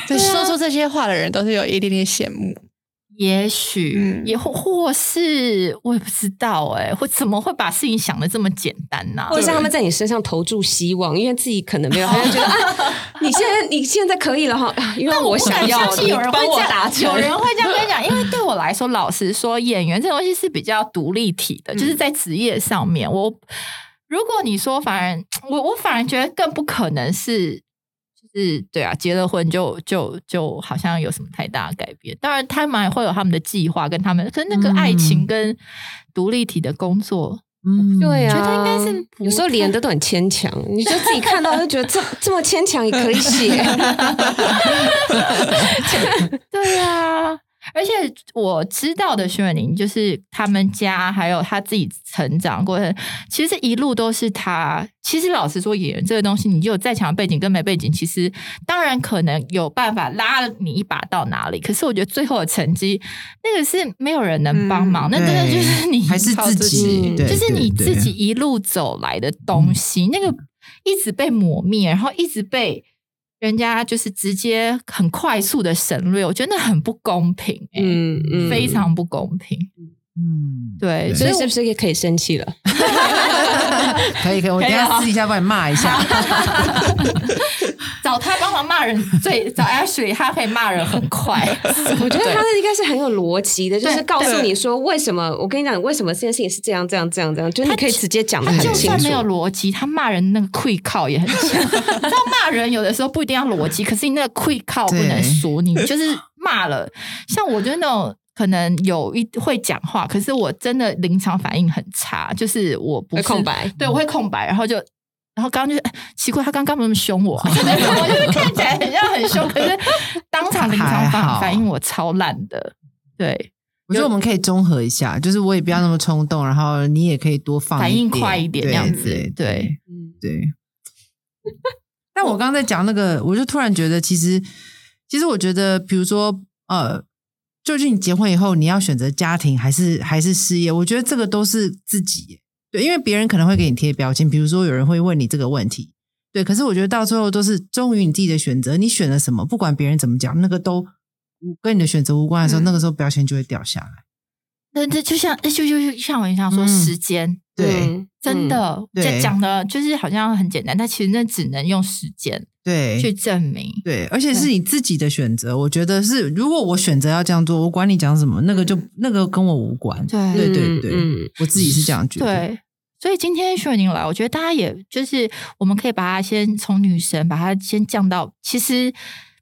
Speaker 4: 就说出这些话的人都是有一点点羡慕，
Speaker 3: 也许，
Speaker 4: 嗯
Speaker 3: 也或或是我也不知道哎，我怎么会把事情想的这么简单呢、
Speaker 5: 或者是他们在你身上投注希望，因为自己可能 没有，他就觉得啊，你现在你现在可以了哈，啊因为
Speaker 3: 但我不
Speaker 5: 想
Speaker 3: 敢
Speaker 5: 要
Speaker 3: 相信
Speaker 5: 你
Speaker 3: 有人会
Speaker 5: 帮我
Speaker 3: 这
Speaker 5: 达
Speaker 3: 样，
Speaker 5: 成，
Speaker 3: 有人会这样跟你 讲，因为对我来说，老实说，演员这东西是比较独立体的，就是在职业上面，我如果你说，反而我我反而觉得更不可能是。就是对啊，结了婚就就就好像有什么太大的改变。当然，他们也会有他们的计划跟他们，可是那个爱情跟独立体的工作，
Speaker 2: 嗯，
Speaker 5: 对啊，
Speaker 3: 觉得应该是不
Speaker 5: 有时候连的都很牵强，你就自己看到就觉得这这么牵强也可以 写，
Speaker 3: 对啊，而且我知道的徐远宁，就是他们家还有他自己成长过程，其实一路都是他。其实老实说，演员这个东西，你有再强的背景跟没背景，其实当然可能有办法拉你一把到哪里。可是我觉得最后的成绩，那个是没有人能帮忙，那真的就是你
Speaker 2: 嗯还是
Speaker 4: 靠
Speaker 2: 自
Speaker 4: 自
Speaker 2: 己
Speaker 5: 己，
Speaker 2: 对
Speaker 3: 就是
Speaker 2: 对
Speaker 3: 你
Speaker 2: 对嗯
Speaker 3: 自己一路走来的东西，那个一直被磨灭，然后一直被人家就是直接很快速的省略，我觉得那很不公平、欸，
Speaker 5: 嗯嗯，
Speaker 3: 非常不公平。
Speaker 2: 嗯，
Speaker 3: 对，所
Speaker 5: 所
Speaker 3: 以
Speaker 5: 以是不是也可以生气了？
Speaker 2: 可以可以，我等一
Speaker 3: 可以
Speaker 2: 下
Speaker 3: 啊
Speaker 2: 私底下帮你骂一 下。
Speaker 3: 找他帮忙骂人最找 Ashley，他可以骂人很快。
Speaker 5: 我觉得他的应该是很有逻辑的，就是
Speaker 3: 对
Speaker 5: 告诉
Speaker 4: 对
Speaker 5: 你说为什么。我跟你讲，为什么这件事情是这样这样这样这样，就是你可以直接讲的
Speaker 3: 他
Speaker 5: 很
Speaker 3: 就
Speaker 5: 清
Speaker 3: 算
Speaker 5: 楚
Speaker 3: 没。有逻辑，他骂人那个 quick call 也很强。 你知道骂人有的时候不一定要逻辑，可是你那个 quick call 不
Speaker 2: 对
Speaker 3: 能输，你就是骂了。像我就是那种可能有一会讲话，可是我真的临场反应很差，就是我不
Speaker 5: 会
Speaker 3: 是
Speaker 5: 呃空，白，
Speaker 3: 对我会空白，然后就。然后刚刚就是哎奇怪，他刚刚为什么凶 我、啊？就是我就是看起来很像很凶，可是当场临场
Speaker 2: 还好
Speaker 3: 反反应我超烂的。对，
Speaker 2: 我觉得我们可以综合一下，就是我也不要那么冲动，然后你也可以多放一
Speaker 3: 反
Speaker 2: 点
Speaker 3: 应快一点
Speaker 2: 对
Speaker 3: 那样子
Speaker 2: 对对
Speaker 3: 对
Speaker 2: 对。但我刚刚在讲那个，我就突然觉得，其实其实我觉得，比如说呃，究竟你结婚以后你要选择家庭还是还是事业，我觉得这个都是自己对，因为别人可能会给你贴标签，比如说有人会问你这个问题，对，可是我觉得到最后都是忠于你自己的选择，你选了什么，不管别人怎么讲，那个都跟你的选择无关的时候，那个时候标签就会掉下来。
Speaker 3: 那这就像就哎就就像我想说
Speaker 2: 嗯
Speaker 3: 时间，
Speaker 2: 对，
Speaker 5: 嗯
Speaker 3: 真，的，
Speaker 2: 对
Speaker 3: 这讲的就是好像很简单，但其实那只能用时间。
Speaker 2: 对，
Speaker 3: 去证明。
Speaker 2: 对，而且是你自己的选择。我觉得是，如果我选择要这样做，我管你讲什么，那个就那个跟我无关。
Speaker 3: 嗯对
Speaker 2: 对对对，
Speaker 5: 嗯
Speaker 2: 我自己是这样觉得。
Speaker 3: 对，所以今天雪宁来，我觉得大家也就是我们可以把她先从女神，把她先降到，其实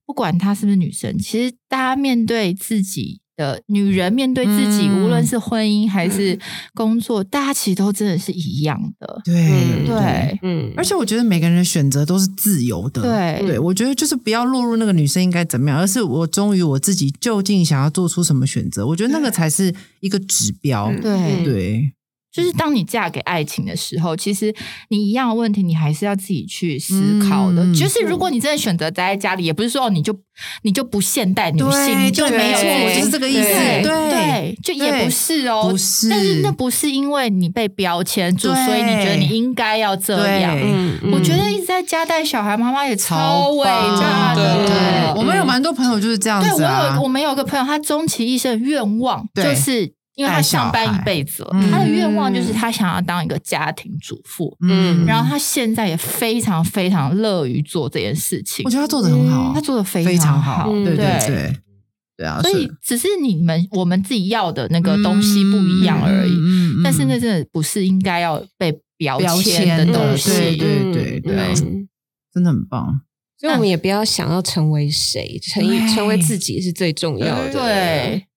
Speaker 3: 不管她是不是女神，其实大家面对自己。的女人面对自己，
Speaker 5: 嗯
Speaker 3: 无论是婚姻还是工作，大家其实都真的是一样的。
Speaker 2: 对
Speaker 5: 嗯
Speaker 3: 对
Speaker 5: 嗯
Speaker 2: 而且我觉得每个人的选择都是自由的。
Speaker 3: 对
Speaker 2: 对，嗯我觉得就是不要落入那个女生应该怎么样，而是我忠于我自己究竟想要做出什么选择。我觉得那个才是一个指标。
Speaker 4: 嗯
Speaker 3: 对，
Speaker 2: 对，
Speaker 3: 就是当你嫁给爱情的时候，其实你一样的问题，你还是要自己去思考的。
Speaker 2: 嗯
Speaker 3: 就是如果你真的选择待在家里，也不是说哦你就你就不现代女性，
Speaker 2: 对
Speaker 3: 你就
Speaker 2: 对
Speaker 3: 没有
Speaker 2: 没错我就是这个意思
Speaker 3: 对
Speaker 2: 对
Speaker 3: 对，就也不是哦，
Speaker 2: 不是
Speaker 3: 但是那不是因为你被标签住，
Speaker 2: 对
Speaker 3: 所以你觉得你应该要这样。
Speaker 2: 对
Speaker 5: 嗯
Speaker 3: 我觉得一直在家带小孩，妈妈也超伟
Speaker 2: 棒
Speaker 3: 大的。嗯
Speaker 4: 对
Speaker 2: 我们有蛮多朋友就是这样
Speaker 3: 对我
Speaker 2: 子啊
Speaker 3: 有我。们有个朋友，他终其一生的愿望
Speaker 2: 对
Speaker 3: 就是。因为他
Speaker 2: 带小
Speaker 3: 上班
Speaker 2: 孩
Speaker 3: 一辈子了，
Speaker 2: 嗯
Speaker 3: 他的愿望就是他想要当一个家庭主妇，
Speaker 5: 嗯
Speaker 3: 然后他现在也非常非常乐于做这件事情嗯
Speaker 2: 我，觉得他做的很好，
Speaker 3: 他做的非
Speaker 2: 非常
Speaker 3: 好，
Speaker 5: 嗯
Speaker 2: 对对
Speaker 3: 对
Speaker 2: 对，对啊，
Speaker 3: 所以只是你们我们自己要的那个东西不一样而已，
Speaker 2: 嗯嗯嗯嗯
Speaker 3: 但是那真的不是应该要被标
Speaker 2: 标
Speaker 3: 签
Speaker 2: 签
Speaker 3: 的
Speaker 2: 的
Speaker 3: 东西，
Speaker 2: 对对对对啊
Speaker 5: 嗯
Speaker 2: 真的很棒。
Speaker 5: 所以我们也不要想要成为谁，成
Speaker 3: 对
Speaker 5: 成为自己是最重要的。
Speaker 3: 对，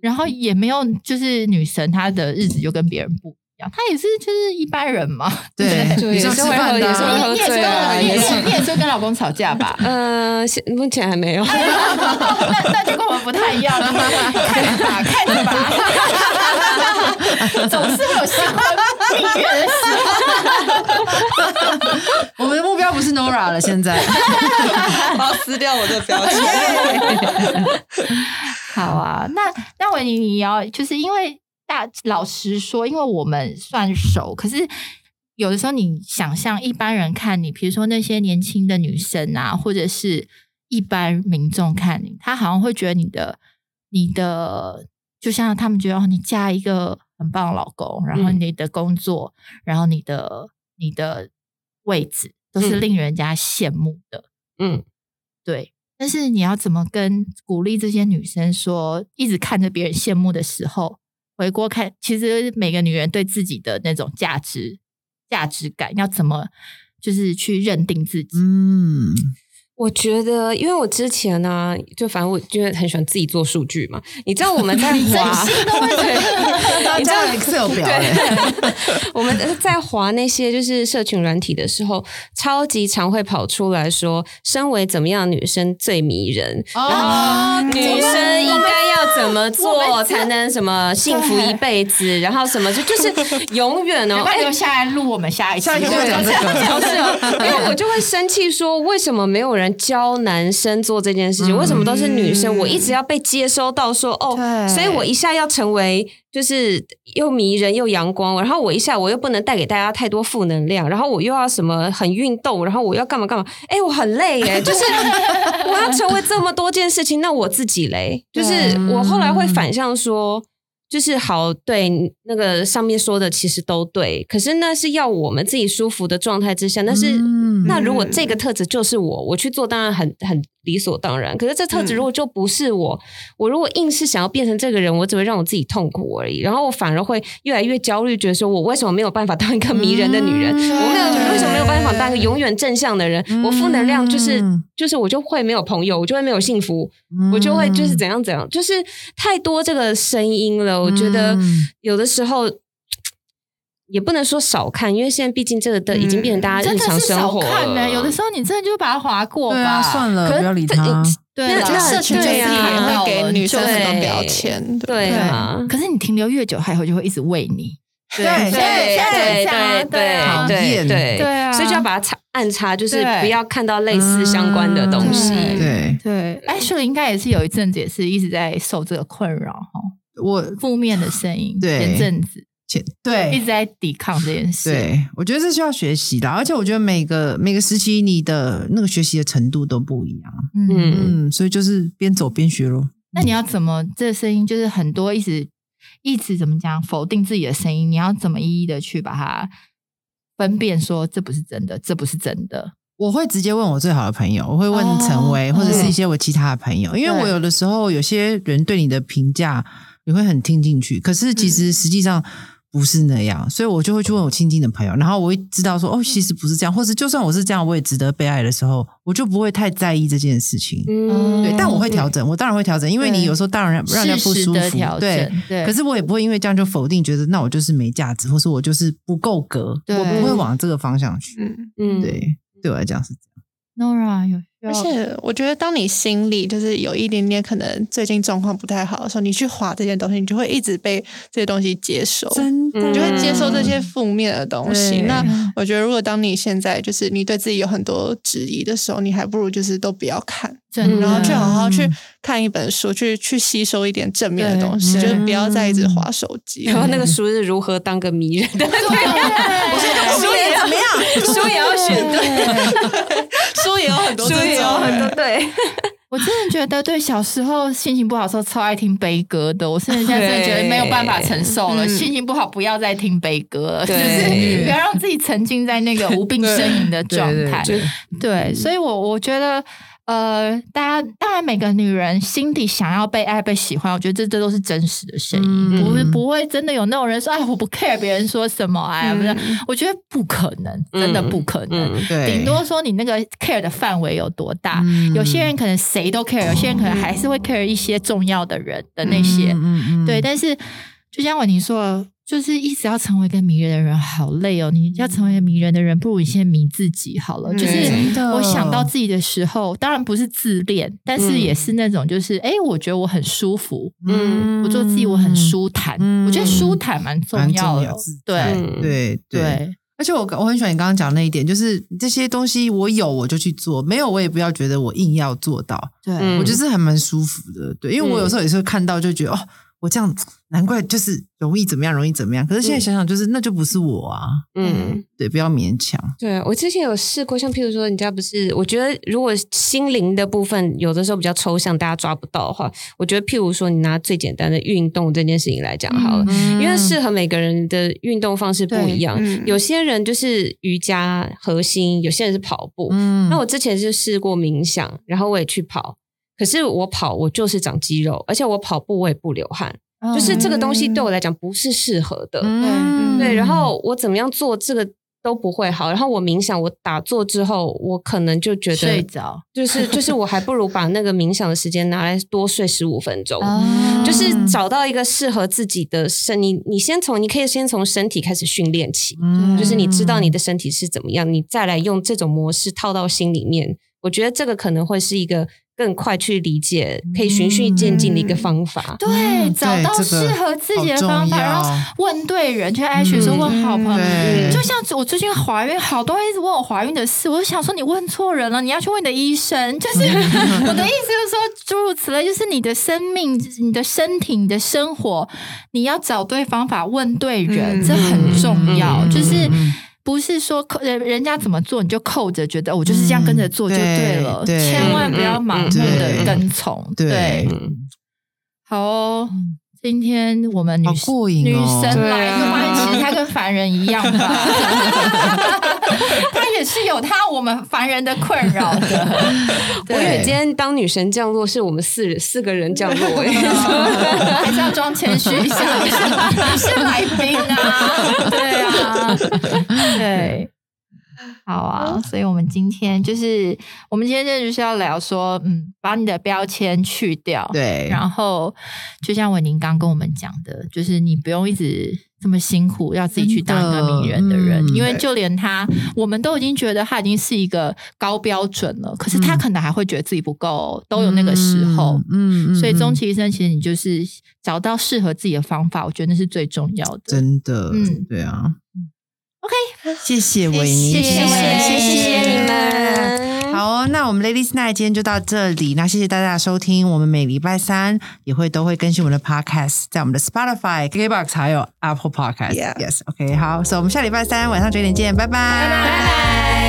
Speaker 3: 然后也没有就是女神她的日子就跟别人不一样，她也是就是一般人嘛，
Speaker 2: 对，
Speaker 5: 对
Speaker 2: 你像吃饭的
Speaker 5: 也是会
Speaker 2: 啊、
Speaker 5: 喝
Speaker 3: 你也是
Speaker 5: 醉啊
Speaker 3: 跟你也
Speaker 5: 也
Speaker 3: 是
Speaker 5: 是？
Speaker 3: 你也是跟老公吵架吧
Speaker 5: 呃，现目前还没 有。
Speaker 3: 那那就跟我们不太一样，看着吧，看着吧， 总是会有相关命运的事。
Speaker 2: 我们的目标不是 Nora 了，现在
Speaker 5: 我要撕掉我的标签。
Speaker 3: 好
Speaker 5: 嗯
Speaker 3: 啊，那那维尼你要就是因为大老实说，因为我们算熟，可是。有的时候，你想象一般人看你，比如说那些年轻的女生啊，或者是一般民众看你，他好像会觉得你的、你的，就像他们觉得哦，你嫁一个很棒的老公，然后
Speaker 5: 嗯
Speaker 3: 你的工作，然后你的、你的位置，都是
Speaker 5: 嗯
Speaker 3: 令人家羡慕的。
Speaker 5: 嗯，
Speaker 3: 对。但是你要怎么跟鼓励这些女生说，一直看着别人羡慕的时候，回锅看，其实每个女人对自己的那种价值、价值感，要怎么就是去认定自己？
Speaker 2: 嗯，
Speaker 5: 我觉得，因为我之前呢、就反正我因为很喜欢自己做数据嘛，你知道我 们在滑，
Speaker 2: 大
Speaker 5: 对，你知道
Speaker 2: 家有 Excel 表嘞，
Speaker 5: 对，我们呃在滑那些就是社群软体的时候，超级常会跑出来说，身为怎么样的女生最迷人，
Speaker 2: 哦，
Speaker 5: 女生应该要怎么做才能什么幸福一辈子，然后什么就就是永远哦
Speaker 3: 要，不
Speaker 5: 哎
Speaker 3: 然留下来录我们下一期。
Speaker 2: 下一个
Speaker 5: 对，
Speaker 2: 要讲这个
Speaker 5: 不是哦，因为我就会生气，说为什么没有人教男生做这件事情？
Speaker 2: 嗯
Speaker 5: 为什么都是女生？我一直要被接收到说哦，
Speaker 3: 对
Speaker 5: 所以我一下要成为就是又迷人又阳光，然后我一下我又不能带给大家太多负能量，然后我又要什么很运动，然后我要干嘛干嘛？哎，我很累耶，就是我要成为这么多件事情，那我自己嘞，就是我后来会反向说。就是好，对那个上面说的其实都对，可是那是要我们自己舒服的状态之下。但是，
Speaker 2: 嗯
Speaker 5: 那如果这个特质就是我，我去做当然很 很理所当然。可是这特
Speaker 2: 嗯
Speaker 5: 质如果就不是我，我如果硬是想要变成这个人，我只会让我自己痛苦而已。然后我反而会越来越焦虑，觉得说我为什么没有办法当一个迷人的女人？
Speaker 2: 嗯
Speaker 5: 我没有为什么没有办法当一个永远正向的人？我负能量就是
Speaker 2: 嗯
Speaker 5: 就是我就会没有朋友，我就会没有幸福。我就会
Speaker 2: 嗯
Speaker 5: 就是怎样怎样，就是太多这个声音了。我觉得
Speaker 2: 嗯
Speaker 5: 有的时候也不能说少看，因为现在毕竟这个的已经变成大家
Speaker 3: 嗯真
Speaker 5: 日
Speaker 3: 的
Speaker 5: 常
Speaker 3: 是
Speaker 5: 生
Speaker 3: 少
Speaker 5: 活
Speaker 3: 看呢、
Speaker 5: 了。
Speaker 3: 有的时候你真的就把它划过吧，
Speaker 2: 对啊，算了，
Speaker 5: 可
Speaker 2: 不要理
Speaker 5: 这
Speaker 2: 他。
Speaker 3: 对啊
Speaker 4: 那
Speaker 3: 啦，
Speaker 4: 那社群
Speaker 5: 对
Speaker 4: 就是也
Speaker 5: 啊
Speaker 4: 会给女生很
Speaker 5: 对
Speaker 4: 多标签，
Speaker 5: 对啊，
Speaker 3: 可是你停留越久，还会就会一直喂你。
Speaker 2: 对
Speaker 5: 对对
Speaker 2: 讨
Speaker 5: 对
Speaker 2: 厌
Speaker 5: 对对
Speaker 3: 对啊
Speaker 5: 所以就要把它擦暗插，就是
Speaker 3: 对
Speaker 5: 不要看到类似相关的东西。
Speaker 3: 嗯
Speaker 2: 对
Speaker 3: 对，哎，秀玲应该也是有一阵子也是一直在受这个困扰哈，
Speaker 2: 我
Speaker 3: 负面的声音，
Speaker 2: 对
Speaker 3: 前阵子
Speaker 2: 前
Speaker 3: 一
Speaker 2: 对
Speaker 3: 直在抵抗这件事，
Speaker 2: 对，我觉得这是要学习的，而且我觉得每个每个时期你的那个学习的程度都不一样。
Speaker 3: 嗯，
Speaker 5: 嗯，
Speaker 2: 嗯，所以就是边走边学咯。
Speaker 3: 那你要怎么这声音就是很多一直一直怎么讲否定自己的声音，你要怎么一一的去把它分辨说这不是真的，这不是真的，
Speaker 2: 我会直接问我最好的朋友，我会问
Speaker 4: 哦
Speaker 2: 陈威、或者是一些我其他的朋友，因为
Speaker 4: 对
Speaker 2: 我有的时候有些人对你的评价，你会很听进去，可是其实实际上不是那样，所以我就会去问我亲近的朋友，然后我会知道说，哦，其实不是这样，或是就算我是这样，我也值得被爱的时候，我就不会太在意这件事情。
Speaker 5: 嗯，
Speaker 2: 对，但我会调整，我当然会调整，因为
Speaker 4: 对
Speaker 2: 你有时候当然让人家不
Speaker 3: 适时
Speaker 2: 舒
Speaker 3: 的
Speaker 2: 服
Speaker 3: 调，
Speaker 2: 对，
Speaker 3: 整，对，
Speaker 2: 可是我也不会因为这样就否定，觉得那我就是没价值，或是我就是不够格，
Speaker 3: 对
Speaker 2: 我不会往这个方向去。
Speaker 4: 嗯，
Speaker 5: 嗯，
Speaker 2: 对，对我来讲是这
Speaker 3: Nora 有需要
Speaker 4: 而且我觉得，当你心里就是有一点点可能最近状况不太好的时候，你去划这些东西，你就会一直被这些东西接受，
Speaker 2: 样，真
Speaker 5: 的
Speaker 3: 嗯
Speaker 4: 你就会接受这些负面的东西。
Speaker 2: 对
Speaker 4: 那我觉得，如果当你现在就是你对自己有很多质疑的时候，你还不如就是都不要看，
Speaker 3: 真的
Speaker 4: 然后去 好好去
Speaker 2: 嗯
Speaker 4: 看一本书，去去吸收一点正面的东西，
Speaker 2: 对
Speaker 4: 就是不要再一直划手 机。
Speaker 5: 然后那个书是如何当个迷人的，
Speaker 3: 对
Speaker 5: 书也要
Speaker 1: 怎么样？
Speaker 5: 书也要选对，
Speaker 4: 书也有很多
Speaker 5: 书
Speaker 4: 这种，
Speaker 5: 也有很多对，
Speaker 3: 我真的觉得，对小时候心情不好的时候，超爱听悲歌的。我甚至现在真的觉得没有办法承受了，
Speaker 4: 对嗯
Speaker 3: 心情不好不要再听悲歌了，
Speaker 5: 对嗯
Speaker 3: 就是不要让自己沉浸在那个无病呻吟的状态。
Speaker 5: 对对
Speaker 3: 对，所以我我觉得。呃，大家当然每个女人心底想要被爱、被喜欢，我觉得这这都是真实的声音，
Speaker 5: 嗯
Speaker 3: 不会不会真的有那种人说，哎，我不 care 别人说什么，哎，不是，
Speaker 4: 嗯
Speaker 3: 我觉得不可能，真的不可能。
Speaker 5: 嗯，
Speaker 2: 对，
Speaker 3: 顶多说你那个 care 的范围有多大。
Speaker 2: 嗯
Speaker 3: 有些人可能谁都 care，有些人可能还是会 care 一些重要的人的那些。
Speaker 2: 嗯
Speaker 3: 对，，但是就像我你说的，就是一直要成为一个迷人的人，好累哦。
Speaker 2: 嗯
Speaker 3: 你要成为一个迷人的人，不如你先迷自己好了。
Speaker 4: 嗯
Speaker 3: 就是
Speaker 2: 真的
Speaker 3: 我想到自己的时候，当然不是自恋，但是
Speaker 5: 嗯
Speaker 3: 也是那种就是，哎、我觉得我很舒服，
Speaker 5: 嗯
Speaker 3: 我做自己我很舒坦。
Speaker 2: 嗯
Speaker 3: 我觉得舒坦蛮重
Speaker 2: 蛮
Speaker 3: 要
Speaker 2: 重
Speaker 3: 的
Speaker 2: 要，自在
Speaker 3: 对
Speaker 5: 嗯
Speaker 2: 对对。
Speaker 3: 对
Speaker 2: 而且我我很喜欢你刚刚讲那一点，就是这些东西我有我就去做，没有我也不要觉得我硬要做到，
Speaker 3: 对
Speaker 5: 嗯
Speaker 2: 我就是还蛮舒服的。对，因为我有时候也是会看到就觉得哦，我这样难怪就是容易怎么样，容易怎么样。可是
Speaker 3: 嗯
Speaker 2: 现在想想，就是那就不是我啊，
Speaker 5: 嗯。
Speaker 2: 对，不要勉强。
Speaker 5: 对，啊我之前有试过，像譬如说，人家不是，我觉得如果心灵的部分有的时候比较抽象，大家抓不到的话，我觉得譬如说，你拿最简单的运动这件事情来讲好了，
Speaker 2: 嗯
Speaker 5: 因为适合每个人的运动方式不一样，
Speaker 4: 对嗯
Speaker 5: 有些人就是瑜伽核心，有些人是跑步。
Speaker 2: 嗯
Speaker 5: 那我之前是试过冥想，然后我也去跑，可是我跑我就是长肌肉，而且我跑步我也不流汗，
Speaker 3: 嗯
Speaker 5: 就是这个东西对我来讲不是适合的。
Speaker 2: 嗯
Speaker 5: 对，然后我怎么样做这个都不会好。然后我冥想，我打坐之后，我可能就觉
Speaker 3: 睡
Speaker 5: 得，
Speaker 3: 着，
Speaker 5: 就是就是我还不如把那个冥想的时间拿来多睡十五分钟。
Speaker 3: 啊
Speaker 5: 就是
Speaker 2: 嗯
Speaker 5: 找到一个适合自己的身，你你先从你可以先从身体开始训练起，
Speaker 2: 嗯
Speaker 5: 就是你知道你的身体是怎么样，你再来用这种模式套到心里面，我觉得这个可能会是一个更快去理解、可以循序渐进的一个方法。
Speaker 3: 对，
Speaker 2: 嗯
Speaker 3: 找
Speaker 2: 对
Speaker 3: 到
Speaker 2: 这
Speaker 3: 适
Speaker 2: 个
Speaker 3: 合自己的
Speaker 2: 好重
Speaker 3: 方法，然后
Speaker 2: 要
Speaker 3: 问对人，去爱学生
Speaker 5: 嗯
Speaker 3: 问好朋友。
Speaker 2: 对
Speaker 3: 就像我最近怀孕，好多人一直问我怀孕的事，我就想说你问错人了，你要去问你的医生。 就是我的意思就是说，诸如此类，就是你的生命、你的身体、你的生活，你要找对方法，问对人，
Speaker 4: 嗯
Speaker 3: 这很重要。
Speaker 2: 嗯嗯嗯
Speaker 3: 就是
Speaker 2: 嗯嗯
Speaker 3: 不是说扣人人家怎么做你就扣着，觉得哦我就是这样跟着做就
Speaker 2: 嗯
Speaker 3: 对了，
Speaker 2: 对对
Speaker 3: 千万不要盲目的
Speaker 2: 对
Speaker 3: 跟从。对
Speaker 2: 对，
Speaker 5: 嗯，
Speaker 3: 好哦，今天我们女
Speaker 2: 好过瘾
Speaker 3: 女
Speaker 2: 哦
Speaker 3: 神
Speaker 5: 对
Speaker 3: 来
Speaker 5: 啊
Speaker 3: 的话，其实她跟凡人一样 吧，她也是有她我们凡人的困扰 的。
Speaker 5: 我以为
Speaker 3: 对
Speaker 5: 今天当女神降落是我们四人四个人降落、欸，
Speaker 3: 还是要装谦虚一下，你是你是来宾啊， 对啊，对。好啊，所以我们今天就是，我们今天真的就是要聊说，嗯，把你的标签去掉，
Speaker 2: 对，
Speaker 3: 然后，就像文宁刚跟我们讲的，就是你不用一直这么辛苦，要自己去当一个名人的人，
Speaker 2: 真的嗯
Speaker 3: 因为就连他，我们都已经觉得他已经是一个高标准了，可是他
Speaker 2: 嗯
Speaker 3: 可能还会觉得自己不够哦，都有那个时候。
Speaker 2: 嗯，嗯嗯
Speaker 3: 所以，
Speaker 2: 嗯
Speaker 3: 终其一生，其实你就是找到适合自己的方法，我觉得那是最重要的。
Speaker 2: 真的，
Speaker 3: 嗯
Speaker 2: 嗯，对啊，OK，谢谢维尼，
Speaker 3: 谢谢
Speaker 5: 谢谢
Speaker 3: 谢
Speaker 5: 你们。
Speaker 2: 好哦、那我们 Ladies Night 今天就到这里。那谢谢大家的收听，我们每礼拜三也会都会更新我们的 Podcast，在我们的 Spotify、KKBox 还有 Apple Podcast。
Speaker 4: Yeah
Speaker 2: Yes，OK，、好，所以我们下礼拜三晚上九点见，拜拜
Speaker 3: 拜拜。